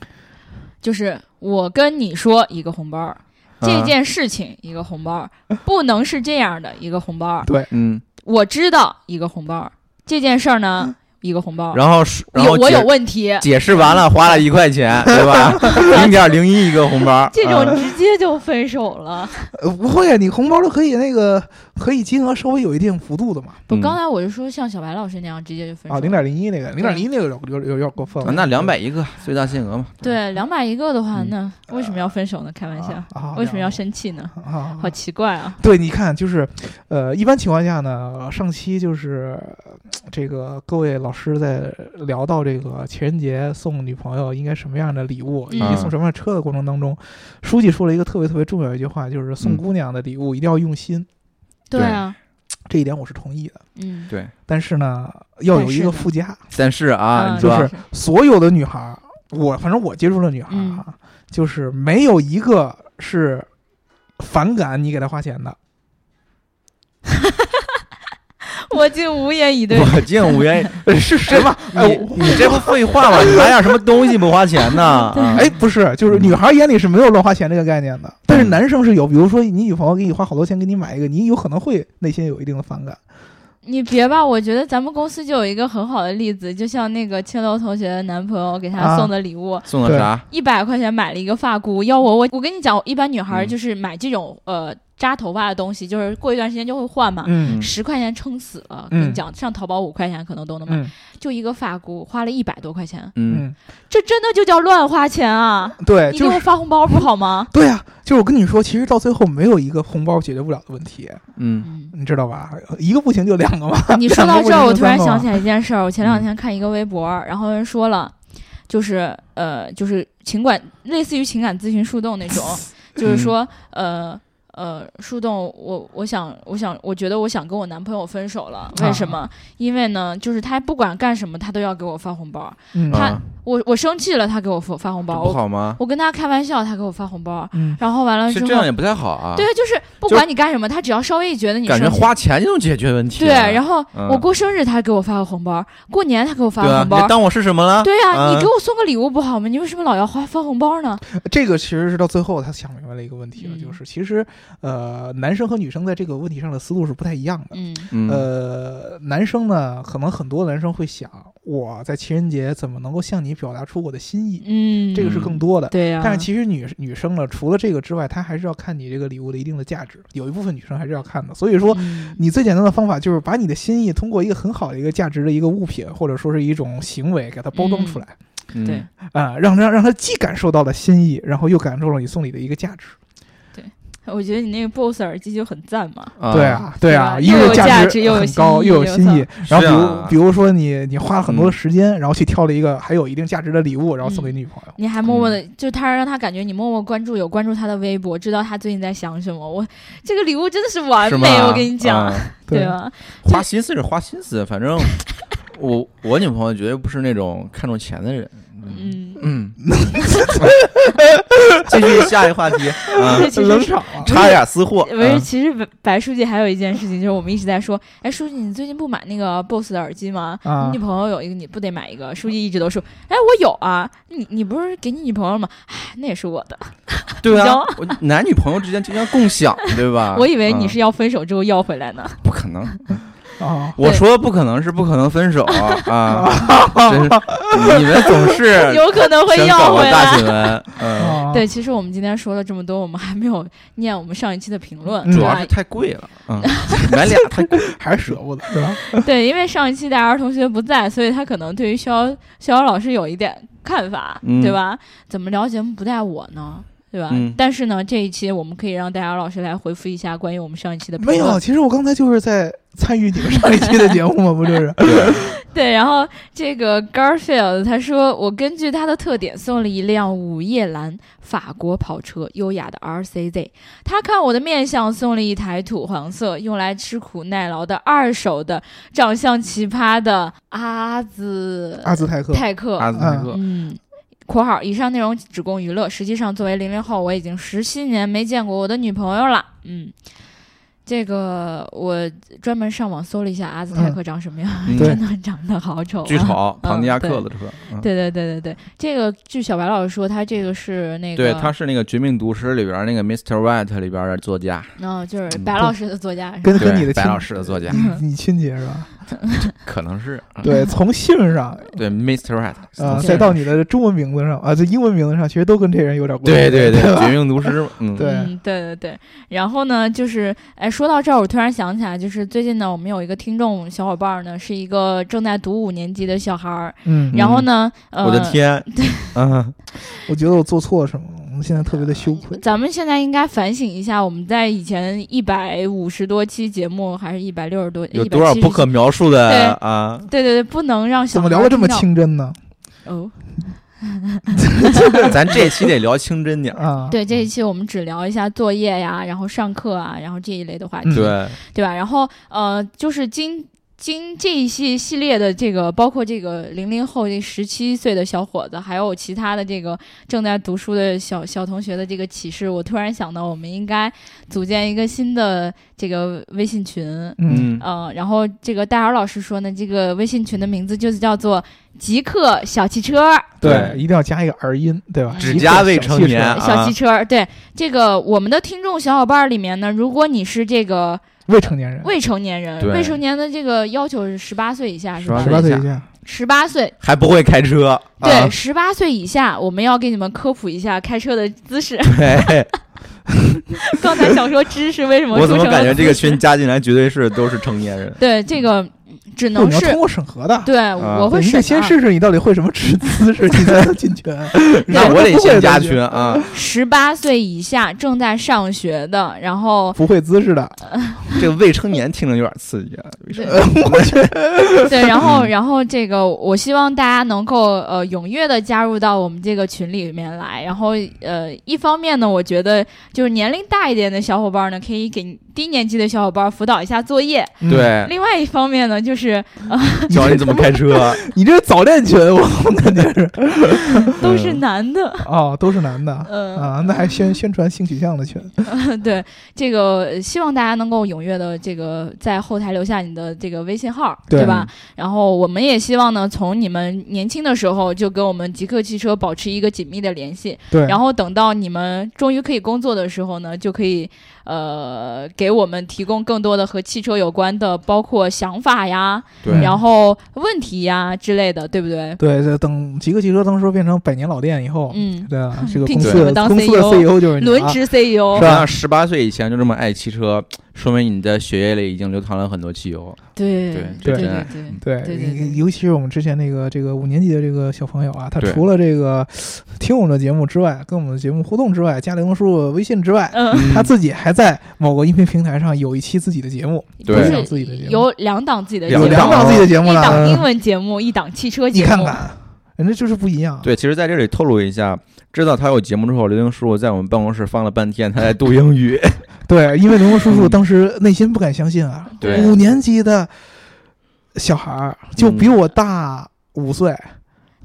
Speaker 2: 就是我跟你说一个红包儿，
Speaker 4: 啊
Speaker 2: 这件事情一个红包儿，不能是这样的一个红包儿。
Speaker 4: 嗯，
Speaker 2: 我知道一个红包儿，这件事儿呢一个红包儿。
Speaker 4: 然后是然
Speaker 2: 有
Speaker 4: 后
Speaker 2: 哦我
Speaker 4: 解
Speaker 2: 有问题，
Speaker 4: 解释完了，花了一
Speaker 2: <laughs>
Speaker 4: 块钱，对吧？零点零一一个红包，
Speaker 2: 这
Speaker 4: 嗯
Speaker 2: 种直接就分手了。
Speaker 3: 呃，不会啊，你红包都可以那个可以金额稍微有一定幅度的嘛。
Speaker 2: 不，
Speaker 4: 嗯
Speaker 2: 刚才我就说像小白老师那样直接就分手
Speaker 3: 啊，
Speaker 2: 了。
Speaker 3: 零点零一那个，零点零一那个有有有有点过分了
Speaker 4: 啊。那两百一个最大限额嘛。
Speaker 2: 对，两百一个的话，
Speaker 3: 嗯
Speaker 2: 那为什么要分手呢？开玩笑
Speaker 3: 啊，啊
Speaker 2: 为什么要
Speaker 3: 两
Speaker 2: 生气呢？
Speaker 3: 啊啊？
Speaker 2: 好奇怪啊！
Speaker 3: 对，你看，就是，呃，一般情况下呢，上期就是呃这个各位老师在聊到这个情人节送女朋友应该什么样的礼物，以及
Speaker 4: 嗯
Speaker 3: 送什么样的车的过程当中，书记说了一个特别特别重要的一句话，就是送
Speaker 4: 嗯
Speaker 3: 姑娘的礼物一定要用心。
Speaker 2: 对啊，
Speaker 3: 这一点我是同意的。
Speaker 2: 嗯，
Speaker 4: 对，
Speaker 3: 但是呢，要有一个附加，
Speaker 4: 但是啊，
Speaker 2: 嗯
Speaker 4: 你
Speaker 3: 就
Speaker 4: 说
Speaker 3: 是所有的女孩儿，我反正我接触的女孩儿啊，就是没有一个是反感你给她花钱的。
Speaker 2: 我竟无言以对。
Speaker 4: 我竟无言以，
Speaker 3: 呃是谁嘛？ <laughs> 哎，
Speaker 4: 你
Speaker 3: 我
Speaker 4: 你这不废话吗？你买点什么东西不花钱呢？啊
Speaker 3: 哎，，不是，就是女孩儿眼里是没有乱花钱这个概念的，但是男生是有。比如说，你女朋友给你花好多钱给你买一个，你有可能会内心有一定的反感。
Speaker 2: <laughs> 你别吧，我觉得咱们公司就有一个很好的例子，就像那个青楼同学的男朋友给
Speaker 3: 啊
Speaker 2: 他送的礼物，
Speaker 4: 送的啥？
Speaker 2: 一百、块钱买了一个发箍。要我，我我跟你讲，一般女孩
Speaker 4: 嗯
Speaker 2: 就是买这种、呃扎头发的东西，就是过一段时间就会换嘛。
Speaker 3: 嗯
Speaker 2: 十块钱撑死了，
Speaker 3: 嗯
Speaker 2: 跟你讲，上淘宝五块钱可能都能买，
Speaker 3: 嗯
Speaker 2: 就一个发箍，花了一百多块钱，
Speaker 4: 嗯，
Speaker 3: 嗯，
Speaker 2: 这真的就叫乱花钱啊！
Speaker 3: 对，
Speaker 2: 你给
Speaker 3: 哎就
Speaker 2: 我
Speaker 3: 是。
Speaker 2: 发红包不好吗？
Speaker 3: 对啊，就是我跟你说，其实到最后没有一个红包解决不了的问题，
Speaker 4: 嗯
Speaker 2: 嗯，
Speaker 3: 你知道吧？一个不行就两个嘛。
Speaker 2: <laughs> 你说到这儿，
Speaker 3: 两个
Speaker 2: 我
Speaker 3: 不是
Speaker 2: 突然
Speaker 4: 啊
Speaker 3: 三个吗
Speaker 2: 想起来一件事儿。我前
Speaker 4: 嗯
Speaker 2: 两天看一个微博，然后人说了，就是呃，就是情感类似于情感咨询树洞
Speaker 4: <laughs>
Speaker 2: 那种，
Speaker 4: 嗯
Speaker 2: 就是说呃呃，树洞，我我想我想，我觉得我想跟我男朋友分手了，
Speaker 4: 啊
Speaker 2: 为什么？因为呢，就是他不管干什么，他都要给我发红包。
Speaker 3: 嗯
Speaker 2: 他
Speaker 4: 啊
Speaker 2: 我我生气了，他给我发发红
Speaker 4: 这
Speaker 2: 包；
Speaker 4: 不
Speaker 2: 我
Speaker 4: 好吗？
Speaker 2: 我跟他开玩笑，他给我发红包。
Speaker 3: 嗯，
Speaker 2: 然后完了
Speaker 4: 是
Speaker 2: 之后
Speaker 4: 这，样也不太好啊。
Speaker 2: 对，就是不
Speaker 4: 就
Speaker 2: 管你干什么，他只要稍微觉得你
Speaker 4: 感觉
Speaker 2: 生气。
Speaker 4: 花钱就能解决问题。
Speaker 2: 对，然后
Speaker 4: 嗯
Speaker 2: 我过生日他给我发个红包，过年他给我发
Speaker 4: 对
Speaker 2: 个
Speaker 4: 啊，
Speaker 2: 红
Speaker 4: 你
Speaker 2: 包。
Speaker 4: 当我是什么了？
Speaker 2: 对呀、
Speaker 4: 嗯
Speaker 2: 你给我送个礼物不好吗？你为什么老要花发红包呢？
Speaker 3: 这个其实是到最后他想明白了一个问题了，
Speaker 2: 嗯
Speaker 3: 就是其实呃，男生和女生在这个问题上的思路是不太一样的。
Speaker 2: 嗯
Speaker 4: 嗯
Speaker 3: 呃，男生呢，可能很多男生会想，我在情人节怎么能够向你表达出我的心意？
Speaker 2: 嗯，
Speaker 3: 这个是更多的。
Speaker 2: 对啊呀、
Speaker 3: 但是其实女女生呢，除了这个之外，她还是要看你这个礼物的一定的价值，有一部分女生还是要看的。所以说，
Speaker 2: 嗯
Speaker 3: 你最简单的方法就是把你的心意通过一个很好的一个价值的一个物品，或者说是一种行为，给它包装出来。
Speaker 4: 嗯
Speaker 2: 对
Speaker 3: 啊，让让让他既感受到了心意，然后又感受了你送礼的一个价值。
Speaker 2: 我觉得你那个 BOSS 耳机就很赞嘛。
Speaker 3: 对，啊，对啊，
Speaker 2: 对吧
Speaker 3: 一个
Speaker 2: 又有价
Speaker 3: 价
Speaker 2: 值又有
Speaker 3: 很
Speaker 2: 心
Speaker 3: 高，
Speaker 2: 意
Speaker 3: 又有
Speaker 2: 我
Speaker 3: 心意
Speaker 2: 操。
Speaker 3: 然后比
Speaker 4: 是
Speaker 3: 如、
Speaker 4: 啊
Speaker 3: 比如说你你花了很多的
Speaker 4: 嗯
Speaker 3: 时间，然后去挑了一个还有一定价值的礼物，然后送给
Speaker 2: 嗯
Speaker 3: 女朋友。
Speaker 2: 你还默默的，就他让他感觉你默默关注，有关注他的微博，知道他最近在想什么。我这个礼物真的是完
Speaker 4: 是吗
Speaker 2: 美，我跟你讲， <laughs>
Speaker 4: 嗯
Speaker 2: 对啊吧？
Speaker 4: 花心思是花心思，反正我我女朋友绝对不是那种看重钱的人。
Speaker 2: 嗯，
Speaker 4: 嗯， <laughs>
Speaker 3: <laughs>
Speaker 4: 继续下一个话题啊，
Speaker 2: 这其实
Speaker 3: 冷
Speaker 2: 是
Speaker 3: 场了，
Speaker 2: <laughs>
Speaker 4: 差点私货。
Speaker 2: 不是，
Speaker 4: 嗯
Speaker 2: 其实白白书记还有一件事情，就是我们一直在说，哎，书记，你最近不买那个 BOSS 的耳机吗？
Speaker 3: 啊
Speaker 2: 你女朋友有一个，你不得买一个？书记一直都说，哎，我有啊，你你不是给你女朋友吗？哎，那也是我的。
Speaker 4: 对
Speaker 2: 你知
Speaker 4: 啊
Speaker 2: 道吗，
Speaker 4: 我男女朋友之间经常共享，对吧？
Speaker 2: <laughs> 我以为你
Speaker 4: 嗯
Speaker 2: 是要分手之后要回来呢。
Speaker 4: 不可能，
Speaker 3: 啊！
Speaker 4: 我说的不可能是不可能分手
Speaker 2: <laughs>
Speaker 4: 啊！真是你们总是
Speaker 2: 有可能会
Speaker 4: 想
Speaker 2: 要
Speaker 4: 搞
Speaker 2: 回
Speaker 4: 个大
Speaker 2: 来。
Speaker 4: 新闻，嗯，
Speaker 3: 啊
Speaker 2: <laughs> 对，其实我们今天说了这么多，我们还没有念我们上一期的评论，
Speaker 3: 嗯
Speaker 2: 对
Speaker 4: 主要
Speaker 2: 吧
Speaker 4: 是？太贵了，
Speaker 2: <laughs>
Speaker 4: 嗯，买俩太贵，
Speaker 3: 还是舍不得，是吧？
Speaker 2: 对，因为上一期大姚同学不在，所以他可能对于逍遥逍遥老师有一点看法，
Speaker 4: 嗯
Speaker 2: 对吧？怎么聊节目不带我呢？对吧？
Speaker 4: 嗯
Speaker 2: 但是呢，这一期我们可以让大姚老师来回复一下关于我们上一期的评
Speaker 3: 没
Speaker 2: 论。
Speaker 3: 有，其实我刚才就是在参与你们上一期的节目嘛，不
Speaker 2: <laughs>
Speaker 3: 就是？
Speaker 2: 对，然后这个 Garfield 他说，我根据它的特点送了一辆午夜蓝法国跑车，优雅的 RCZ。他看我的面相，送了一台土黄色用来吃苦耐劳的二手的，长相奇葩的阿兹
Speaker 3: 阿兹泰克，
Speaker 2: 泰克。
Speaker 4: 阿兹泰克，
Speaker 2: 嗯。括号以上内容只供娱乐，实际上作为零零后，我已经十七年没见过我的女朋友了。嗯，这个我专门上网搜了一下阿兹泰克长什么样， <laughs>
Speaker 4: 嗯
Speaker 2: 真的长得好丑、啊，
Speaker 4: 巨丑，哦唐尼亚克
Speaker 2: 对
Speaker 4: 的车，嗯
Speaker 2: 对对对对对，这个据小白老师说，他这个是那个，
Speaker 4: 对，他是那个《绝命毒师》里边儿那个 Mr. White 里边儿的作家，
Speaker 2: 嗯、就是
Speaker 4: 嗯
Speaker 2: 白老师的作家，
Speaker 3: 跟
Speaker 4: 对
Speaker 3: 跟你的亲
Speaker 4: 白老师的作家，
Speaker 3: 你你亲戚是吧？
Speaker 2: 嗯
Speaker 4: 可能是嗯
Speaker 3: 对，从姓儿上
Speaker 4: 对 Mr. White，
Speaker 3: 啊，
Speaker 2: 对
Speaker 3: 再到你的中文名字上啊，这英文名字上，其实都跟这人有点关系。<laughs>
Speaker 4: 对对对，《绝
Speaker 3: 吧，
Speaker 4: 命毒师》嘛，嗯，
Speaker 3: 对
Speaker 2: 嗯，对对对。然后呢，就是哎，说到这儿，我突然想起来，就是最近呢，我们有一个听众小伙伴儿呢，是一个正在读五年级的小孩儿，
Speaker 3: 嗯，
Speaker 2: 然后呢，呃，
Speaker 4: 我的天，嗯，
Speaker 3: 我觉得我做错什么了，我现在特别的羞愧。
Speaker 2: 咱们现在应该反省一下，我们在以前一百五十多期节目，还是一百六十多，
Speaker 4: 有多少
Speaker 2: 170
Speaker 4: 不可
Speaker 2: 期？
Speaker 4: 描述
Speaker 2: 对
Speaker 4: 的啊？
Speaker 2: 对对对，不能让小
Speaker 3: 怎么
Speaker 2: 孩
Speaker 3: 聊
Speaker 2: 儿
Speaker 3: 的这么
Speaker 2: 听到
Speaker 3: 清真呢？
Speaker 2: 哦？
Speaker 4: 咱这期得聊清真点
Speaker 3: <laughs>
Speaker 4: 儿，
Speaker 3: 啊，
Speaker 2: 对，这一期我们只聊一下作业呀，然后上课啊，然后这一类的话题，
Speaker 3: 嗯
Speaker 4: 对，
Speaker 2: 对吧？然后呃，就是今今这一系系列的这个，包括这个零零后这十七岁的小伙子，还有其他的这个正在读书的小小同学的这个启示，我突然想到，我们应该组建一个新的这个微信群，
Speaker 3: 嗯，
Speaker 4: 嗯，
Speaker 2: 嗯，然后这个戴尔老师说呢，这个微信群的名字就是叫做“极客小汽车”，
Speaker 3: 对，
Speaker 4: 对
Speaker 3: 一定要加一个儿音，对吧？
Speaker 2: 只
Speaker 3: 一个
Speaker 4: 加
Speaker 3: 小
Speaker 4: 未
Speaker 3: 汽
Speaker 4: 成
Speaker 3: 车
Speaker 4: 年啊
Speaker 2: 小汽车。对这个我们的听众小伙伴里面呢，如果你是这个
Speaker 3: 未成年人，
Speaker 2: 未成年人，
Speaker 4: 对
Speaker 2: 未成年的这个要求是十八岁以下，是吧
Speaker 4: 18
Speaker 3: 十？八
Speaker 4: 岁
Speaker 3: 岁
Speaker 4: 以
Speaker 3: 以下，
Speaker 2: 十八岁，
Speaker 4: 还不会开车，啊
Speaker 2: 对，十八岁以下，我们要给你们科普一下开车的姿势。 <laughs>
Speaker 4: 对，
Speaker 2: 刚才想说知识为什么
Speaker 4: 我
Speaker 2: 出
Speaker 4: 怎
Speaker 2: 生
Speaker 4: 么
Speaker 2: 了
Speaker 4: 感觉这个
Speaker 2: 姿势
Speaker 4: 群加进来绝对是都是成年人？
Speaker 2: <laughs> 对这个只
Speaker 3: 不
Speaker 2: 能
Speaker 3: 你要通
Speaker 2: 是
Speaker 3: 过审核的。
Speaker 2: 对，
Speaker 4: 啊
Speaker 2: 我会
Speaker 3: 对你
Speaker 2: 审
Speaker 3: 得先
Speaker 2: 啊
Speaker 3: 试试你到底会什么吃姿势，你
Speaker 2: <laughs>
Speaker 3: 才能进群。
Speaker 4: <laughs> 那
Speaker 3: 然后
Speaker 4: 我
Speaker 3: 都
Speaker 4: 得
Speaker 3: 不会
Speaker 4: 先
Speaker 3: 的
Speaker 4: 加
Speaker 3: 就
Speaker 4: 群啊！
Speaker 2: 十八岁以下正在上学的，然后
Speaker 3: 不会姿势的，
Speaker 4: 这个未成年听着有点刺激啊，未成
Speaker 2: 对 <laughs>
Speaker 4: 年
Speaker 2: 对，然后
Speaker 4: 嗯
Speaker 2: 然后这个，我希望大家能够呃踊跃的加入到我们这个群里面来。然后呃，一方面呢，我觉得就是年龄大一点的小伙伴呢，可以给低年级的小伙伴辅导一下作业；
Speaker 3: 嗯
Speaker 4: 对，
Speaker 2: 另外一方面呢，就是 <laughs>
Speaker 4: 教你怎么开车，
Speaker 3: 你这是早恋
Speaker 2: <laughs>
Speaker 3: 群，我感觉是
Speaker 2: 都是男的，
Speaker 3: 哦，都是男的
Speaker 2: 嗯、
Speaker 3: 啊，那还宣宣传性取向的群，
Speaker 2: <laughs> 对，这个呃希望大家能够踊跃的这个在后台留下你的这个微信号，
Speaker 4: 嗯
Speaker 3: 对
Speaker 2: 吧？然后我们也希望呢，从你们年轻的时候就跟我们极客汽车保持一个紧密的联系，
Speaker 3: 对，
Speaker 2: 然后等到你们终于可以工作的时候呢，就可以呃给我们提供更多的和汽车有关的，包括想法呀，
Speaker 4: 对，
Speaker 3: 嗯
Speaker 2: 然后问题呀之类的，对不对？
Speaker 3: 对，这等极客汽车当时变成百年老店以后，
Speaker 2: 嗯
Speaker 3: 对啊，这个
Speaker 2: 聘
Speaker 3: 公司
Speaker 2: 请你
Speaker 3: 的
Speaker 2: 们当
Speaker 3: 公司的
Speaker 2: CEO
Speaker 3: CEO 就是你
Speaker 2: 轮
Speaker 3: 啊
Speaker 2: 值 E CEO，
Speaker 4: 是吧？十八岁以前就这么爱汽车，说明你的血液里已经流淌了很多汽油。
Speaker 2: 对
Speaker 4: 对
Speaker 2: 对
Speaker 4: 这
Speaker 2: 对
Speaker 4: 真爱
Speaker 2: 对
Speaker 4: 嗯
Speaker 3: 对，
Speaker 2: 对对对
Speaker 3: 尤其是我们之前那个这个五年级的这个小朋友啊，他
Speaker 4: 对
Speaker 3: 除了这个听我们的节目之外，跟我们的节目互动之外，加玲珑叔叔微信之外，
Speaker 2: 嗯，
Speaker 3: 他自己还在某个音频平台上有一期自己的节目，
Speaker 2: 不
Speaker 4: 对
Speaker 3: 有自
Speaker 2: 是
Speaker 3: 己的节目
Speaker 2: 有两档自己的节
Speaker 4: 两
Speaker 3: 有
Speaker 2: 目，
Speaker 3: 两档自己的节目
Speaker 2: 一档英
Speaker 3: 了，
Speaker 2: 文节目，一档汽车节
Speaker 3: 你
Speaker 2: 目。
Speaker 3: 看看，人家就是不一样。啊
Speaker 4: 对，其实在这里透露一下，知道他有节目之后，刘英叔在我们办公室放了半天，他在读
Speaker 3: <laughs>
Speaker 4: 英语。
Speaker 3: 对，因为玲珑叔叔
Speaker 4: 嗯
Speaker 3: 当时内心不敢相信啊，
Speaker 4: 对
Speaker 3: 五年级的小孩儿就比我大五岁，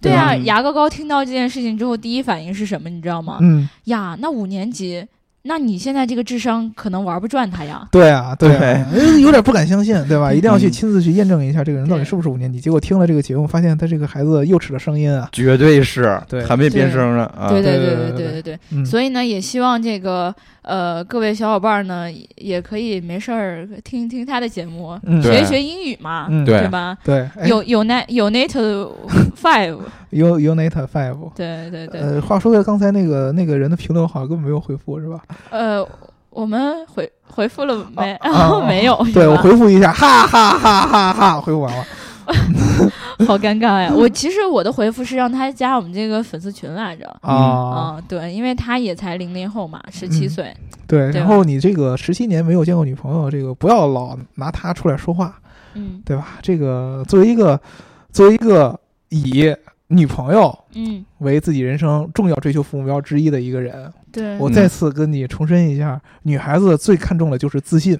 Speaker 2: 对啊，
Speaker 4: 嗯
Speaker 2: 牙膏膏听到这件事情之后，第一反应是什么？你知道吗？
Speaker 3: 嗯，
Speaker 2: 呀，那五年级，那你现在这个智商可能玩不转他呀。
Speaker 3: 对啊，对啊， <laughs> 有点不敢相信，对吧？一定要去亲自去验证一下这个人到底是不是五年级。结果听了这个节目，发现他这个孩子幼齿的声音啊，
Speaker 4: 绝对是，
Speaker 3: 对
Speaker 4: 还没变声呢啊！
Speaker 2: 对
Speaker 3: 对
Speaker 2: 对
Speaker 3: 对
Speaker 2: 对
Speaker 3: 对
Speaker 2: 对对，
Speaker 3: 嗯，
Speaker 2: 所以呢，也希望这个呃各位小伙伴呢，也也可以没事儿听一听他的节目，
Speaker 3: 嗯
Speaker 4: 对
Speaker 2: 学一学英语嘛，
Speaker 3: 嗯
Speaker 4: 对
Speaker 2: 吧？
Speaker 3: 对，哎
Speaker 2: 有有 nat 有 native five， <laughs>
Speaker 3: U Unit Five。
Speaker 2: 对对对，
Speaker 3: 呃，话说回来，刚才那个那个人的评论好像根本没有回复，是吧？
Speaker 2: 呃，我们回回复了没？
Speaker 3: 啊啊啊
Speaker 2: <laughs> 没有，
Speaker 3: 对
Speaker 2: 是吧
Speaker 3: 我回复一下，哈哈哈哈哈，回复完了。
Speaker 2: 好尴尬呀！我其实我的回复是让他加我们这个粉丝群来着。
Speaker 3: 啊，
Speaker 2: 啊，对，因为他也才零零后嘛，十七
Speaker 3: 嗯
Speaker 2: 岁，
Speaker 3: 对，
Speaker 2: 对
Speaker 3: 然后你这个十七年没有见过女朋友，这个不要老拿她出来说话，
Speaker 2: 嗯
Speaker 3: 对吧？这个作为一个作为一个以女朋友
Speaker 2: 嗯，
Speaker 3: 为自己人生重要追求目标之一的一个人，
Speaker 2: 对，
Speaker 3: 我再次跟你重申一下，女孩子最看重的就是自信，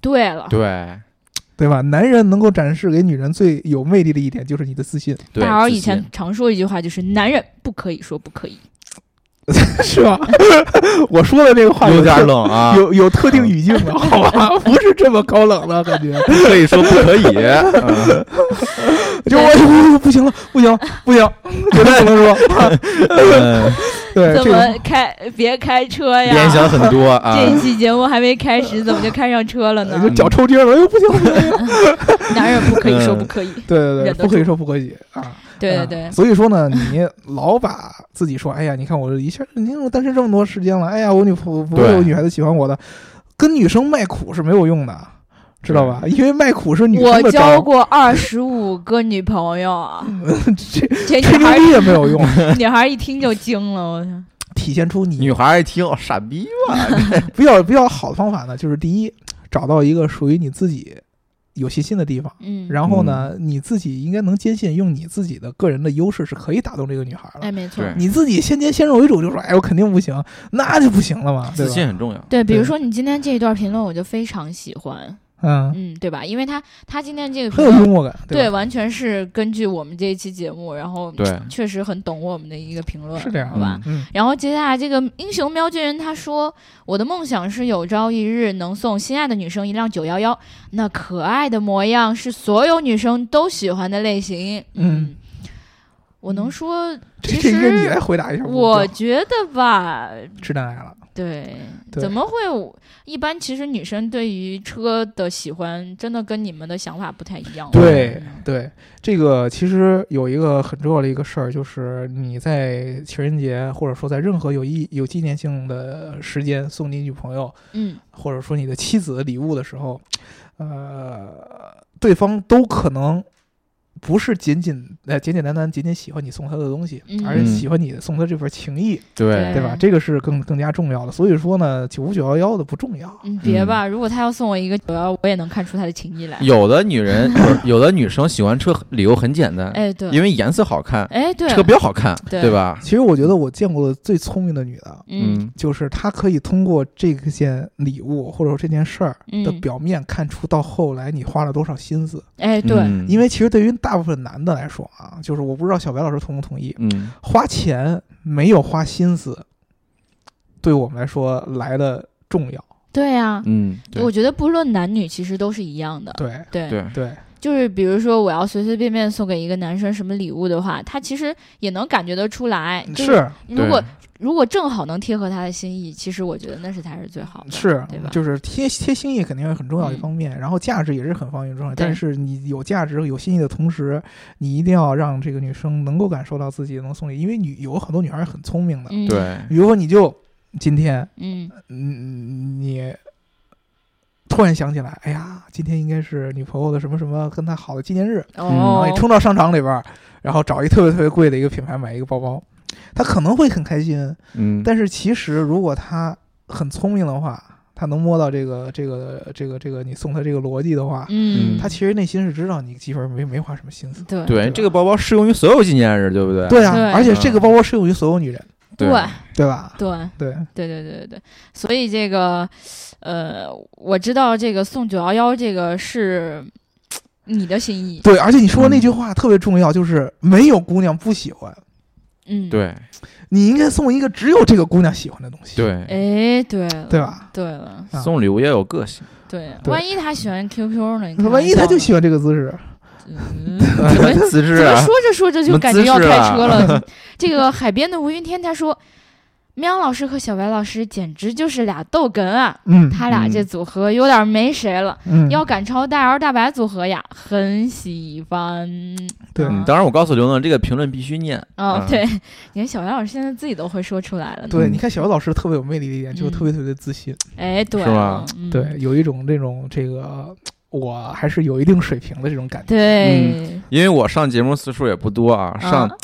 Speaker 2: 对了，
Speaker 4: 对
Speaker 3: 对吧？男人能够展示给女人最有魅力的一点就是你的自
Speaker 2: <laughs>
Speaker 3: 信，
Speaker 4: 对，
Speaker 2: 大姚
Speaker 4: 自
Speaker 2: 以前
Speaker 4: 信
Speaker 2: 常说一句话，就是男人不可以说不可以，
Speaker 3: 是吧？ <laughs> 我说的这个话
Speaker 4: 有点
Speaker 3: 特
Speaker 4: 冷啊，
Speaker 3: 有有特定语境的，
Speaker 2: <laughs>
Speaker 3: 好吧？ <laughs> 不是这么高冷的感觉，
Speaker 4: 可以说不可以。
Speaker 3: <laughs>
Speaker 4: 嗯
Speaker 3: 就我不行了，不行了，不行，绝对不能
Speaker 2: <laughs>
Speaker 3: 说。
Speaker 4: 嗯
Speaker 3: 对，
Speaker 2: 怎
Speaker 3: 呃这个
Speaker 2: 么开别开车哎呀？
Speaker 4: 联想很
Speaker 2: <laughs>
Speaker 4: 多啊，
Speaker 2: 这一期节目还没开始，怎么就开上车了呢
Speaker 3: 就？脚抽筋了，哎呦不行了，不行了。呃
Speaker 2: 男人不可以说不可以，
Speaker 3: 对对对，
Speaker 2: 忍得
Speaker 3: 不可以说不可以啊。
Speaker 2: 嗯对对
Speaker 3: 啊
Speaker 2: 对，
Speaker 3: 所以说呢，你老把自己说，哎呀，你看我一下，你看我单身这么多时间了，哎呀，我女朋不会
Speaker 4: 对
Speaker 3: 有女孩子喜欢我的，跟女生卖苦是没有用的，知道吧？因为卖苦是女
Speaker 2: 我
Speaker 3: 生的
Speaker 2: 交
Speaker 3: 招，
Speaker 2: 过二十五个女朋友啊，
Speaker 3: <laughs> 这
Speaker 2: 这女
Speaker 3: 吹牛
Speaker 2: 孩
Speaker 3: 逼也没有用，
Speaker 2: 女孩一听就惊了，我操！
Speaker 3: 体现出
Speaker 2: <laughs>
Speaker 3: 你
Speaker 4: 女孩儿一听，哦傻逼
Speaker 3: 比较比较好的方法呢，就是第一，找到一个属于你自己有信心的地方。
Speaker 2: 嗯，
Speaker 3: 然后呢，你自己应该能坚信，用你自己的个人的优势是可以打动这个女孩
Speaker 2: 哎，
Speaker 3: 的。
Speaker 2: 没错。
Speaker 4: 对
Speaker 3: 你自己先天先入为主就说，哎，我肯定不行，那就不行了嘛，对
Speaker 4: 自
Speaker 3: 吧？
Speaker 4: 信很重要。
Speaker 2: 对，比如
Speaker 3: 对
Speaker 2: 说你今天这一段评论，我就非常喜欢，
Speaker 3: 嗯，
Speaker 2: 嗯，对吧？因为他他今天这个评
Speaker 3: 很有幽
Speaker 2: 论，
Speaker 3: 默感，
Speaker 2: 对，
Speaker 3: 吧？
Speaker 2: 完全是根据我们这一期节目，然后
Speaker 4: 对
Speaker 2: 确实很懂我们的一个评论，
Speaker 3: 是这样
Speaker 2: 好吧？
Speaker 4: 嗯
Speaker 3: 嗯，
Speaker 2: 然后接下来这个英雄喵巨人他说：“我的梦想是有朝一日能送心爱的女生一辆九幺幺，那可爱的模样是所有女生都喜欢的类型。”
Speaker 3: 嗯，
Speaker 2: 我能说，
Speaker 3: 这
Speaker 2: 其
Speaker 3: 这应该你来
Speaker 2: 实
Speaker 3: 回答一下，
Speaker 2: 我觉得吧，
Speaker 3: 直男癌了，
Speaker 2: 对，
Speaker 3: 对
Speaker 2: 怎么会我？一般其实女生对于车的喜欢，真的跟你们的想法不太一样。
Speaker 3: 对对，这个其实有一个很重要的一个事儿，就是你在情人节或者说在任何有意有纪念性的时间送你女朋友，
Speaker 2: 嗯，
Speaker 3: 或者说你的妻子的礼物的时候，呃，对方都可能不是仅仅呃简简单单仅仅喜欢你送他的东西，
Speaker 2: 嗯
Speaker 3: 而是喜欢你送他这份情谊，
Speaker 2: 对
Speaker 3: 对吧？这个是更更加重要的。所以说呢，九五九幺幺的不重要，
Speaker 2: 嗯，别吧，如果他要送我一个九幺，我也能看出他的情谊来。
Speaker 4: 有的女人，不是有的女生喜欢车，理由很简单，
Speaker 2: 哎，对，
Speaker 4: 因为颜色好看，
Speaker 2: 哎，对，
Speaker 4: 车标好看，
Speaker 2: 对
Speaker 4: 对吧？
Speaker 3: 其实我觉得我见过的最聪明的女的，
Speaker 2: 嗯
Speaker 3: 就是她可以通过这件礼物或者说这件事儿的
Speaker 2: 嗯，
Speaker 3: 表面看出到后来你花了多少心思。
Speaker 2: 哎，对，
Speaker 4: 嗯
Speaker 3: 因为其实对于大部分男的来说啊，就是我不知道小白老师同不同意，
Speaker 4: 嗯，
Speaker 3: 花钱没有花心思，对我们来说来的重要。
Speaker 2: 对呀、
Speaker 4: 嗯，对
Speaker 2: 我觉得不论男女，其实都是一样的。
Speaker 3: 对
Speaker 2: 对，
Speaker 4: 对
Speaker 3: 对
Speaker 2: 就是比如说，我要随随便便送给一个男生什么礼物的话，他其实也能感觉得出来。
Speaker 3: 嗯
Speaker 2: 就是
Speaker 3: 是
Speaker 2: 如果如果正好能贴合他的心意，其实我觉得那是才是最好的，
Speaker 3: 是
Speaker 2: 对吧，？嗯
Speaker 3: 就是贴贴心意肯定是很重要一方面，然后价值也是很方面重要。
Speaker 2: 对
Speaker 3: 但是你有价值有心意的同时，你一定要让这个女生能够感受到自己能送礼，因为女有很多女孩很聪明的，
Speaker 2: 嗯，，
Speaker 4: 对
Speaker 3: 比如说你就今天，
Speaker 2: 嗯，
Speaker 3: 嗯，你。突然想起来，哎呀，今天应该是女朋友的什么什么跟她好的纪念日，然后
Speaker 2: 哦
Speaker 3: 你，冲到商场里边儿，然后找一特别特别贵的一个品牌买一个包包，他可能会很开心，
Speaker 4: 嗯，
Speaker 3: 但是其实如果他很聪明的话，他能摸到这个这个这个这个你送他这个逻辑的话，
Speaker 2: 嗯，
Speaker 3: 他其实内心是知道你媳妇儿没没花什么心思。
Speaker 2: 对
Speaker 4: 对这个包包适用于所有纪念日，对不对？
Speaker 3: 对啊，
Speaker 2: 对
Speaker 3: 而且这个包包适用于所有女人，
Speaker 2: 对
Speaker 3: 对吧？
Speaker 2: 对
Speaker 3: 对，
Speaker 2: 对对对对对，所以这个，呃，我知道这个送九幺幺这个是你的心意，
Speaker 3: 对，而且你说的那
Speaker 4: 嗯
Speaker 3: 句话特别重要，就是没有姑娘不喜欢，
Speaker 2: 嗯，，
Speaker 4: 对
Speaker 3: 你应该送一个只有这个姑娘喜欢的东西，
Speaker 4: 对，
Speaker 2: 哎，对了
Speaker 3: 对吧？
Speaker 2: 对了，
Speaker 3: 啊
Speaker 4: 送礼物要有个性，
Speaker 2: 对，
Speaker 3: 对
Speaker 2: 万一他喜欢 QQ 呢？你开
Speaker 3: 万一
Speaker 2: 玩
Speaker 3: 他
Speaker 2: 笑
Speaker 3: 就
Speaker 2: 呢
Speaker 3: 喜欢这个姿势，
Speaker 4: <laughs>
Speaker 2: 嗯
Speaker 4: 什
Speaker 2: 怎么
Speaker 4: 么资质
Speaker 2: 怎么
Speaker 4: 啊？
Speaker 2: 说着说着
Speaker 4: 什
Speaker 2: 就
Speaker 4: 么
Speaker 2: 感
Speaker 4: 姿 <laughs>
Speaker 2: 觉要
Speaker 4: 势
Speaker 2: 开嗯
Speaker 4: 啊
Speaker 2: 车了？这个海边的吴云天他说：“喵老师和小白老师简直就是俩逗哏啊！
Speaker 3: 嗯
Speaker 2: 他俩
Speaker 4: 嗯
Speaker 2: 这组合有点没谁了，
Speaker 3: 嗯，
Speaker 2: 要赶超大姚大白组合呀，很喜欢。
Speaker 3: 对
Speaker 4: 嗯，当然我告诉刘能，这个评论必须念。
Speaker 2: 哦，
Speaker 4: 嗯
Speaker 2: 对，你看小白老师现在自己都会说出来了呢。
Speaker 3: 对，你看小姚老师特别有魅力的一点，就是
Speaker 2: 嗯
Speaker 3: 特别特别自信，
Speaker 2: 哎，对，
Speaker 4: 是吧
Speaker 2: 嗯
Speaker 3: 对，有一种这种这个我还是有一定水平的这种感觉。
Speaker 2: 对，
Speaker 4: 因为我上节目次数也不多啊，
Speaker 2: 啊
Speaker 4: 嗯上、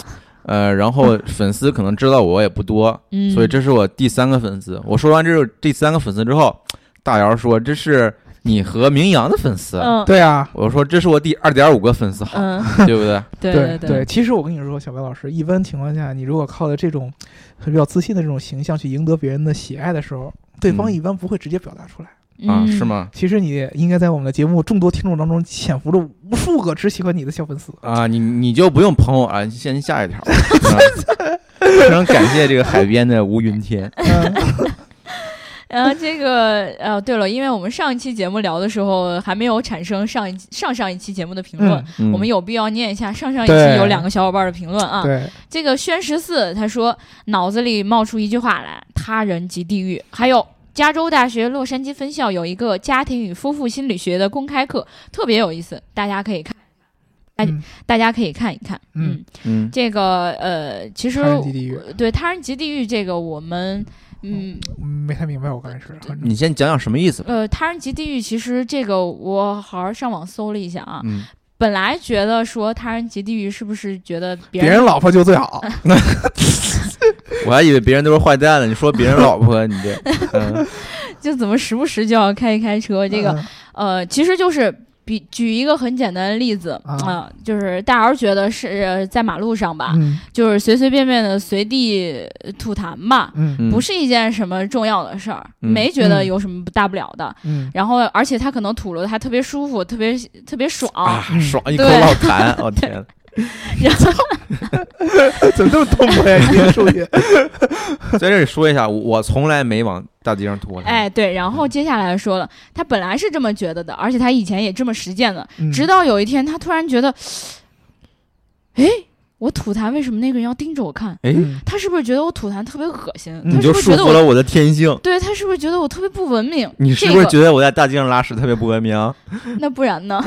Speaker 4: 呃，然后粉丝可能知道我也不多，
Speaker 2: 嗯，
Speaker 4: 所以这是我第三个粉丝。我说完这第三个粉丝之后，大姚说这是你和明阳的粉丝。
Speaker 2: 嗯
Speaker 3: 对啊，
Speaker 4: 我说这是我第二点五个粉丝好，
Speaker 2: 嗯，
Speaker 4: 对不对？
Speaker 2: 对
Speaker 3: 对
Speaker 2: 对，
Speaker 3: 其实我跟你说，小白老师，一般情况下，你如果靠着这种比较自信的这种形象去赢得别人的喜爱的时候，对方
Speaker 4: 嗯
Speaker 3: 一般不会直接表达出来。
Speaker 4: 啊，
Speaker 2: 嗯
Speaker 4: 是？吗？
Speaker 3: 其实你应该在我们的节目众多听众当中潜伏着无数个只喜欢你的小粉
Speaker 2: <laughs>
Speaker 3: 丝。
Speaker 4: 啊，你你就不用捧我啊，先下一条。啊非常感谢这个海边的吴云天，
Speaker 3: 嗯
Speaker 2: <laughs> 然后这个呃，对了，因为我们上一期节目聊的时候还没有产生上一上上一期节目的评论，
Speaker 4: 嗯
Speaker 2: 我们有必要念一下上上一期
Speaker 3: 对
Speaker 2: 有两个小伙伴的评论啊。
Speaker 3: 嗯对，
Speaker 2: 这个宣十四他说脑子里冒出一句话来：他人即地狱。还有。加州大学洛杉矶分校有一个家庭与夫妇心理学的公开课，特别有意思，大家可以看，哎
Speaker 3: 嗯
Speaker 2: 大家可以看一看。
Speaker 3: 嗯，
Speaker 4: 嗯
Speaker 2: 这个呃，其实
Speaker 3: 杀人及地狱，
Speaker 2: 对他人及地狱这个，我们嗯
Speaker 3: 没太明白我刚才是，
Speaker 4: 你先讲讲什么意思吧。
Speaker 2: 呃，他人及地狱其实这个我好好上网搜了一下啊，
Speaker 4: 嗯，
Speaker 2: 本来觉得说他人及地狱是不是觉得别
Speaker 3: 别
Speaker 2: 人
Speaker 3: 人老婆就最好。
Speaker 4: 我还以为别人都是坏蛋呢，你说别人老婆，你
Speaker 2: <laughs>
Speaker 4: 这，嗯
Speaker 2: 就怎么时不时就要开一开车， <laughs> 这
Speaker 3: 嗯
Speaker 2: 个、呃，其实就是。比举一个很简单的例子
Speaker 3: 啊
Speaker 2: 呃就是大姚觉得是呃在马路上吧，
Speaker 3: 嗯
Speaker 2: 就是随随便便的随地吐痰吧，
Speaker 3: 嗯
Speaker 4: 嗯
Speaker 2: 不是一件什么重要的事儿，
Speaker 4: 嗯
Speaker 2: 没觉得
Speaker 3: 嗯
Speaker 2: 有什么大不了的。 <laughs>
Speaker 3: 嗯，
Speaker 2: 然后，而且他可能吐了，还特别舒服，特别特别爽。
Speaker 4: 啊，
Speaker 3: 嗯
Speaker 4: 爽一口
Speaker 2: 对
Speaker 4: 老痰，我天，
Speaker 2: 然后，
Speaker 3: 怎么这么痛快呀？你这个数
Speaker 2: <laughs>
Speaker 3: 学，
Speaker 4: 在这里说一下，我我从来没往大街上吐过痰。
Speaker 2: 哎，对，然后接下来说了，他本来是这么觉得的，而且他以前也这么实践的，
Speaker 3: 嗯
Speaker 4: 嗯
Speaker 2: 直到有一天他突然觉得， <sniffs> 哎，我吐痰为什么那个人要盯着我看？
Speaker 4: 哎，
Speaker 3: 嗯
Speaker 2: 他是不是觉得我吐痰特别恶心？
Speaker 3: 嗯
Speaker 2: 他
Speaker 4: 你
Speaker 2: 是
Speaker 4: 就
Speaker 2: 不是
Speaker 4: 束
Speaker 2: 觉得
Speaker 4: 缚
Speaker 2: 我？
Speaker 4: 了我的天性。
Speaker 2: 对他是不是觉得我特别不文明？
Speaker 4: 你是
Speaker 2: 这
Speaker 4: 不是
Speaker 2: 个
Speaker 4: 觉得我在大街上拉屎特别不文明？
Speaker 2: 那不然
Speaker 4: <laughs>
Speaker 2: 呢？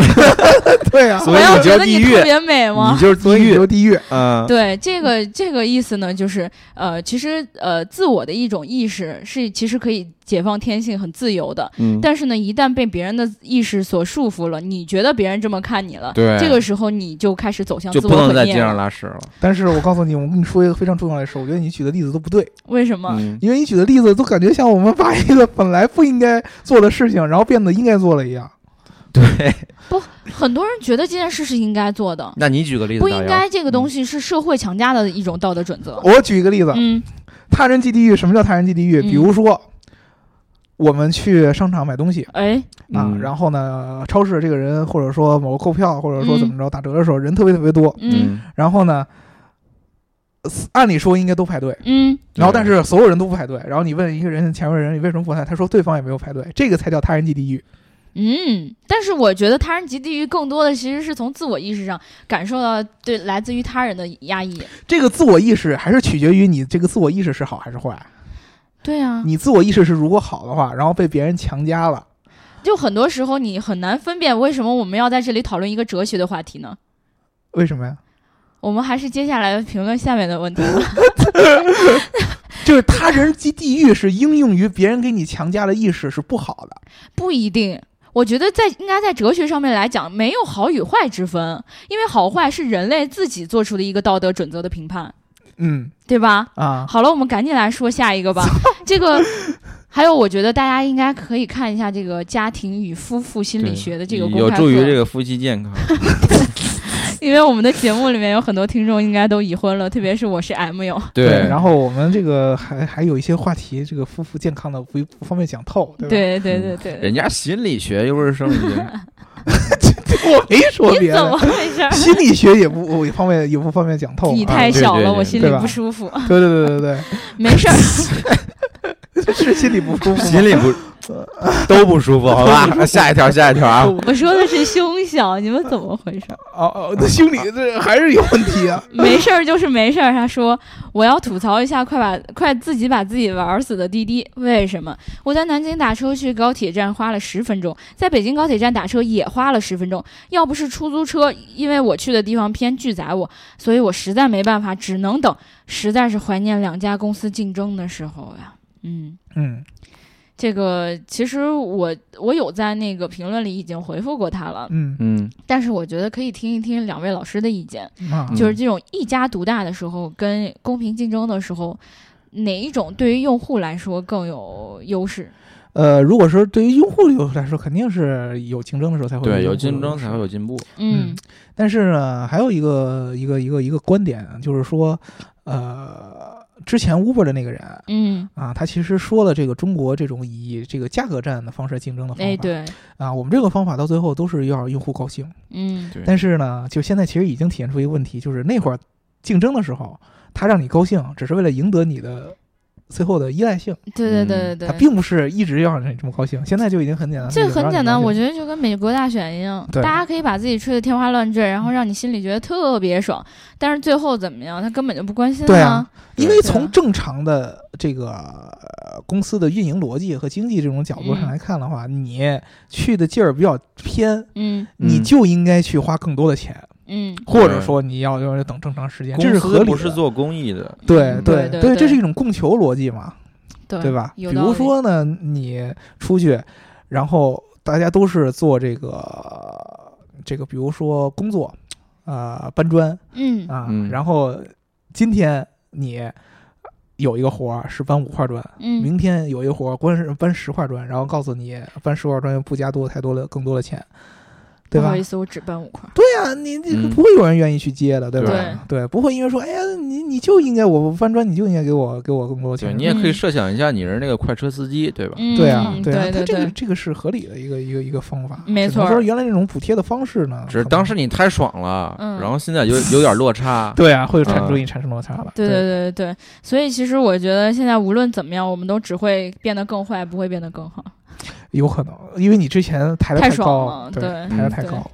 Speaker 2: <laughs>
Speaker 3: 对啊，
Speaker 4: 所
Speaker 2: 我
Speaker 4: 以
Speaker 2: 要
Speaker 4: 你就
Speaker 2: 觉
Speaker 4: 是
Speaker 2: 得
Speaker 4: 地
Speaker 2: 你
Speaker 4: 狱
Speaker 2: 特别美
Speaker 4: 你
Speaker 2: 吗？
Speaker 4: 就是
Speaker 3: 所
Speaker 4: 地
Speaker 3: 以你
Speaker 4: 狱。
Speaker 3: 就地狱。
Speaker 4: 嗯，
Speaker 2: 对，这个这个意思呢，就是呃，其实呃，自我的一种意识是其实可以解放天性，很自由的。
Speaker 4: 嗯
Speaker 2: 但是呢，一旦被别人的意识所束缚了，你觉得别人这么看你了，
Speaker 4: 对
Speaker 2: 这个时候你就开始走向
Speaker 4: 就
Speaker 2: 啊自
Speaker 4: 不
Speaker 2: 我
Speaker 4: 能
Speaker 2: 毁
Speaker 4: 在
Speaker 2: 灭
Speaker 4: 街上
Speaker 2: 了。
Speaker 4: 拉屎了。
Speaker 3: 但是我告诉你，我跟你说一个非常重要的事，我觉得你举的例子都不对，
Speaker 2: 为什么？
Speaker 4: 嗯
Speaker 3: 因为你举的例子都感觉像我们把一个本来不应该做的事情，然后变得应该做了一样。
Speaker 4: 对，
Speaker 2: 很多人觉得这件事是应该做的，
Speaker 4: <laughs> 那你举个例子，
Speaker 2: 不
Speaker 4: 大
Speaker 2: 应
Speaker 4: 姚
Speaker 2: 该这个东西是社会强加的一种道德准
Speaker 4: 哦
Speaker 2: 则。
Speaker 3: 我举一个例子，
Speaker 2: 哦嗯
Speaker 3: 他人即地狱。什么叫他人即地狱？
Speaker 2: 嗯
Speaker 3: 比如说，我们去商场买东西
Speaker 2: 哎，
Speaker 3: 啊，
Speaker 4: 嗯
Speaker 3: 然后呢，超市这个人或者说某个购票，或者说怎么着打折的时候，人特别特别多，
Speaker 2: 嗯
Speaker 3: 然后呢，按理说应该都排队。
Speaker 2: 嗯
Speaker 3: 然后，
Speaker 4: 对
Speaker 3: 但是所有人都不排队。然后你问一个人，前面人你为什么不排队？他说对方也没有排队，这个才叫他人即地狱。
Speaker 2: 嗯，但是我觉得他人及地狱更多的其实是从自我意识上感受到对来自于他人的压抑。
Speaker 3: 这个自我意识还是取决于你这个自我意识是好还是坏。
Speaker 2: 对啊，
Speaker 3: 你自我意识是如果好的话，然后被别人强加了，
Speaker 2: 就很多时候你很难分辨为什么我们要在这里讨论一个哲学的话题呢？
Speaker 3: 为什么呀？
Speaker 2: 我们还是接下来评论下面的问题吧。
Speaker 3: 就是他人即地狱是应用于别人给你强加的意识是不好的。
Speaker 2: 不一定。我觉得在应该在哲学上面来讲，没有好与坏之分，因为好坏是人类自己做出的一个道德准则的评判，
Speaker 3: 嗯
Speaker 2: 对吧？
Speaker 3: 啊，
Speaker 2: 好了，我们赶紧来说下一个
Speaker 4: <laughs>
Speaker 2: 吧。这个还有，我觉得大家应该可以看一下这个家庭与夫妇心理学的这个公
Speaker 4: 有
Speaker 2: 开
Speaker 4: 助于这
Speaker 2: 课，
Speaker 4: 个夫妻健康。
Speaker 2: 因为我们的节目里面有很多听众应该都已婚了，特别是我是 M
Speaker 4: <laughs>
Speaker 2: 友，
Speaker 4: <laughs> 对
Speaker 3: 然后我们这个还还有一些话题，这个夫妇健康的不不方便讲透，对吧？
Speaker 2: 对对对对，
Speaker 4: 人家心理学又不是生理学， <laughs>
Speaker 3: 我没说
Speaker 2: 你
Speaker 3: 别
Speaker 2: 怎么
Speaker 3: 的，
Speaker 2: 回事儿？
Speaker 3: 心理学也不我方便也不方便讲透。
Speaker 2: 你
Speaker 3: 啊
Speaker 2: 太
Speaker 4: 对
Speaker 2: 小
Speaker 4: 对
Speaker 2: 了，
Speaker 4: 对
Speaker 2: 我心里
Speaker 3: 对吧
Speaker 2: 不舒服。
Speaker 3: 对对对对
Speaker 2: 没事儿，
Speaker 3: <laughs> 对，是心理不舒服吗。
Speaker 4: <laughs> 心理不都不舒服，好吧？下一条，下一条啊！
Speaker 2: 我说的是胸小，你们怎么回事？
Speaker 3: 哦哦，这心理这还是有问题啊。
Speaker 2: 没事儿就是没事儿。他说我要吐槽一下，快把快自己把自己玩死的滴滴。为什么？我在南京打车去高铁站花了十分钟，在北京高铁站打车也花了十分钟。要不是出租车，因为我去的地方偏拒载我，所以我实在没办法，只能等。实在是怀念两家公司竞争的时候呀、嗯。
Speaker 3: 嗯，
Speaker 2: 这个其实我我有在那个评论里已经回复过他了，
Speaker 3: 嗯，
Speaker 4: 嗯，
Speaker 2: 但是我觉得可以听一听两位老师的意见，
Speaker 3: 啊
Speaker 2: 就是这种一家独大的时候跟公平竞争的时候，哪一种对于用户来说更有优势？
Speaker 3: 呃，如果说对于用户来说，肯定是有竞争的时候才会
Speaker 4: 对，有
Speaker 3: 用户
Speaker 4: 竞争才会有进步。
Speaker 2: 嗯
Speaker 3: 但是呢，还有一个一个一个一个观点，就是说，呃，之前 Uber 的那个人
Speaker 2: 嗯，
Speaker 3: 啊，他其实说了这个中国这种以这个价格战的方式竞争的方法，
Speaker 2: 哎对，
Speaker 3: 啊，我们这个方法到最后都是要让用户高兴。
Speaker 2: 嗯
Speaker 4: 对
Speaker 3: 但是呢，就现在其实已经体现出一个问题，就是那会儿竞争的时候，他让你高兴，只是为了赢得你的最后的依赖性，
Speaker 2: 对对对对
Speaker 3: 嗯他
Speaker 2: 对。
Speaker 3: 并不是一直要让你这么高兴。现在就已经很简单，
Speaker 2: 这很简单，我
Speaker 3: 就
Speaker 2: 觉得就跟美国大选一样，
Speaker 3: 对
Speaker 2: 大家可以把自己吹得天花乱坠，然后让你心里觉得特别爽，但是最后怎么样，他根本就不关心
Speaker 3: 对
Speaker 2: 啊
Speaker 3: 啊。因为
Speaker 2: 对啊
Speaker 3: 从正常的这个、呃公司的运营逻辑和经济这种角度
Speaker 2: 嗯
Speaker 3: 上来看的话，你去的劲儿比较偏。
Speaker 2: 嗯
Speaker 3: 你就应该去花更多的钱，
Speaker 2: 嗯，
Speaker 3: 或者说你要要等正常时间，这是
Speaker 4: 公
Speaker 3: 合
Speaker 4: 司
Speaker 3: 理的。
Speaker 4: 不是做公益的，
Speaker 3: 对
Speaker 4: 嗯
Speaker 2: 对对
Speaker 3: 对，这
Speaker 2: 对
Speaker 3: 是一种供求逻辑嘛。
Speaker 2: 对
Speaker 3: 对吧？比
Speaker 2: 有道
Speaker 3: 如
Speaker 2: 理，
Speaker 3: 说呢，你出去，然后大家都是做这个这个，比如说工作，啊，搬砖
Speaker 2: 嗯
Speaker 3: 啊，
Speaker 4: 嗯
Speaker 3: 然后今天你有一个活儿是搬五块砖，
Speaker 2: 嗯
Speaker 3: 明天有一个活儿光是搬十块砖，然后告诉你搬十块砖不加多太多了更多的钱，对
Speaker 2: 不
Speaker 3: 吧
Speaker 2: 好意？思，我只搬五块。
Speaker 3: 对呀、你你
Speaker 4: 嗯
Speaker 3: 不会有人愿意去接的，对吧？对不会因为说，哎呀，你你就应该我搬砖，你就应该给我给我更多的
Speaker 4: 对
Speaker 3: 钱，
Speaker 4: 你也可以
Speaker 2: 嗯
Speaker 4: 设想一下，你是那个快车司机，对吧？
Speaker 2: 嗯，
Speaker 3: 对啊，
Speaker 2: 对
Speaker 3: 啊，它
Speaker 2: 对
Speaker 3: 这个
Speaker 2: 对，
Speaker 3: 这个是合理的一个一个一个方法。
Speaker 2: 没
Speaker 3: 只能
Speaker 2: 错
Speaker 3: 说原来那种补贴的方式呢，
Speaker 4: 只是
Speaker 3: 可能
Speaker 4: 当时你太爽了，
Speaker 2: 嗯
Speaker 4: 然后现在有有点落差。
Speaker 3: 对啊，会产
Speaker 4: 啊
Speaker 3: 容易产生落差了。
Speaker 2: 对对对对对，所以其实我觉得现在无论怎么样，我们都只会变得更坏，不会变得更好。
Speaker 3: 有可能，因为你之前抬得
Speaker 2: 太爽
Speaker 3: 哎高
Speaker 2: 了，
Speaker 3: 对，
Speaker 2: 对
Speaker 4: 嗯
Speaker 3: 抬得太
Speaker 2: 对
Speaker 3: 高了。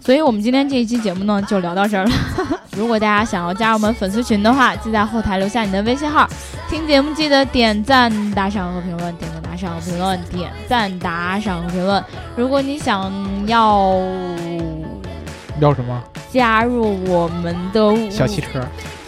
Speaker 2: 所以我们今天这一期节目呢，就聊到这儿了。 <laughs> 如果大家想要加我们粉丝群的话，记在后台留下你的微信号。听节目记得点赞、打赏和评论，点赞、打赏和评论，点赞、打赏和评论。如果你想要
Speaker 3: 要什么
Speaker 2: 加入我们
Speaker 4: 嗯
Speaker 2: 的
Speaker 3: 小汽车？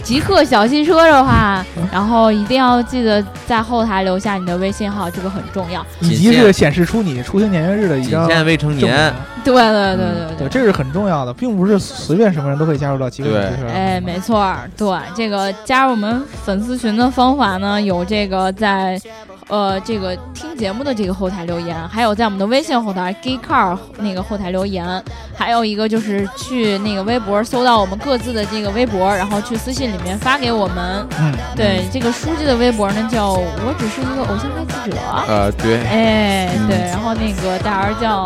Speaker 2: 极客小汽车的话，
Speaker 3: 嗯
Speaker 2: 然后一定要记得在后台留下你的微信号，这个很重要。
Speaker 4: 仅
Speaker 3: 以及
Speaker 4: 限
Speaker 3: 是显示出你出生年月日的一
Speaker 4: 仅
Speaker 3: 张
Speaker 4: 限未成
Speaker 3: 证明。
Speaker 4: 年，
Speaker 2: 对对对
Speaker 3: 对，
Speaker 2: 对对，
Speaker 3: 这是很重要的，并不是随便什么人都可以加入到极客
Speaker 4: 对
Speaker 3: 小汽车。
Speaker 2: 哎，没错儿，对这个加入我们粉丝群的方法呢，有这个在呃这个听节目的这个后台留言，还有在我们的微信后台 Gay Car 那个后台留言，还有一个就是去那个微博搜到我们各自的这个微博，然后去私信里面发给我们。
Speaker 3: 嗯，
Speaker 2: 对，这个书记的微博呢叫我只是一个偶像开启者。
Speaker 4: 呃，对，
Speaker 2: 哎，对，然后那个大儿叫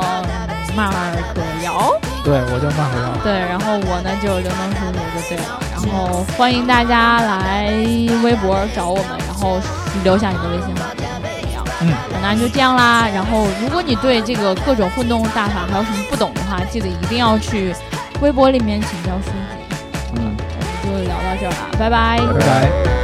Speaker 2: 马可瑶，
Speaker 3: 对，我叫马回到。
Speaker 2: 对，然后我呢就刘能叔叔就对了，然后欢迎大家来微博找我们，然后留下你的微信号。怎么样
Speaker 3: 嗯，
Speaker 2: 那就这样啦。然后，如果你对这个各种混动大法还有什么不懂的话，记得一定要去微博里面请教书记。
Speaker 4: 嗯。
Speaker 2: 我们就聊到这儿了，拜拜
Speaker 3: 拜拜。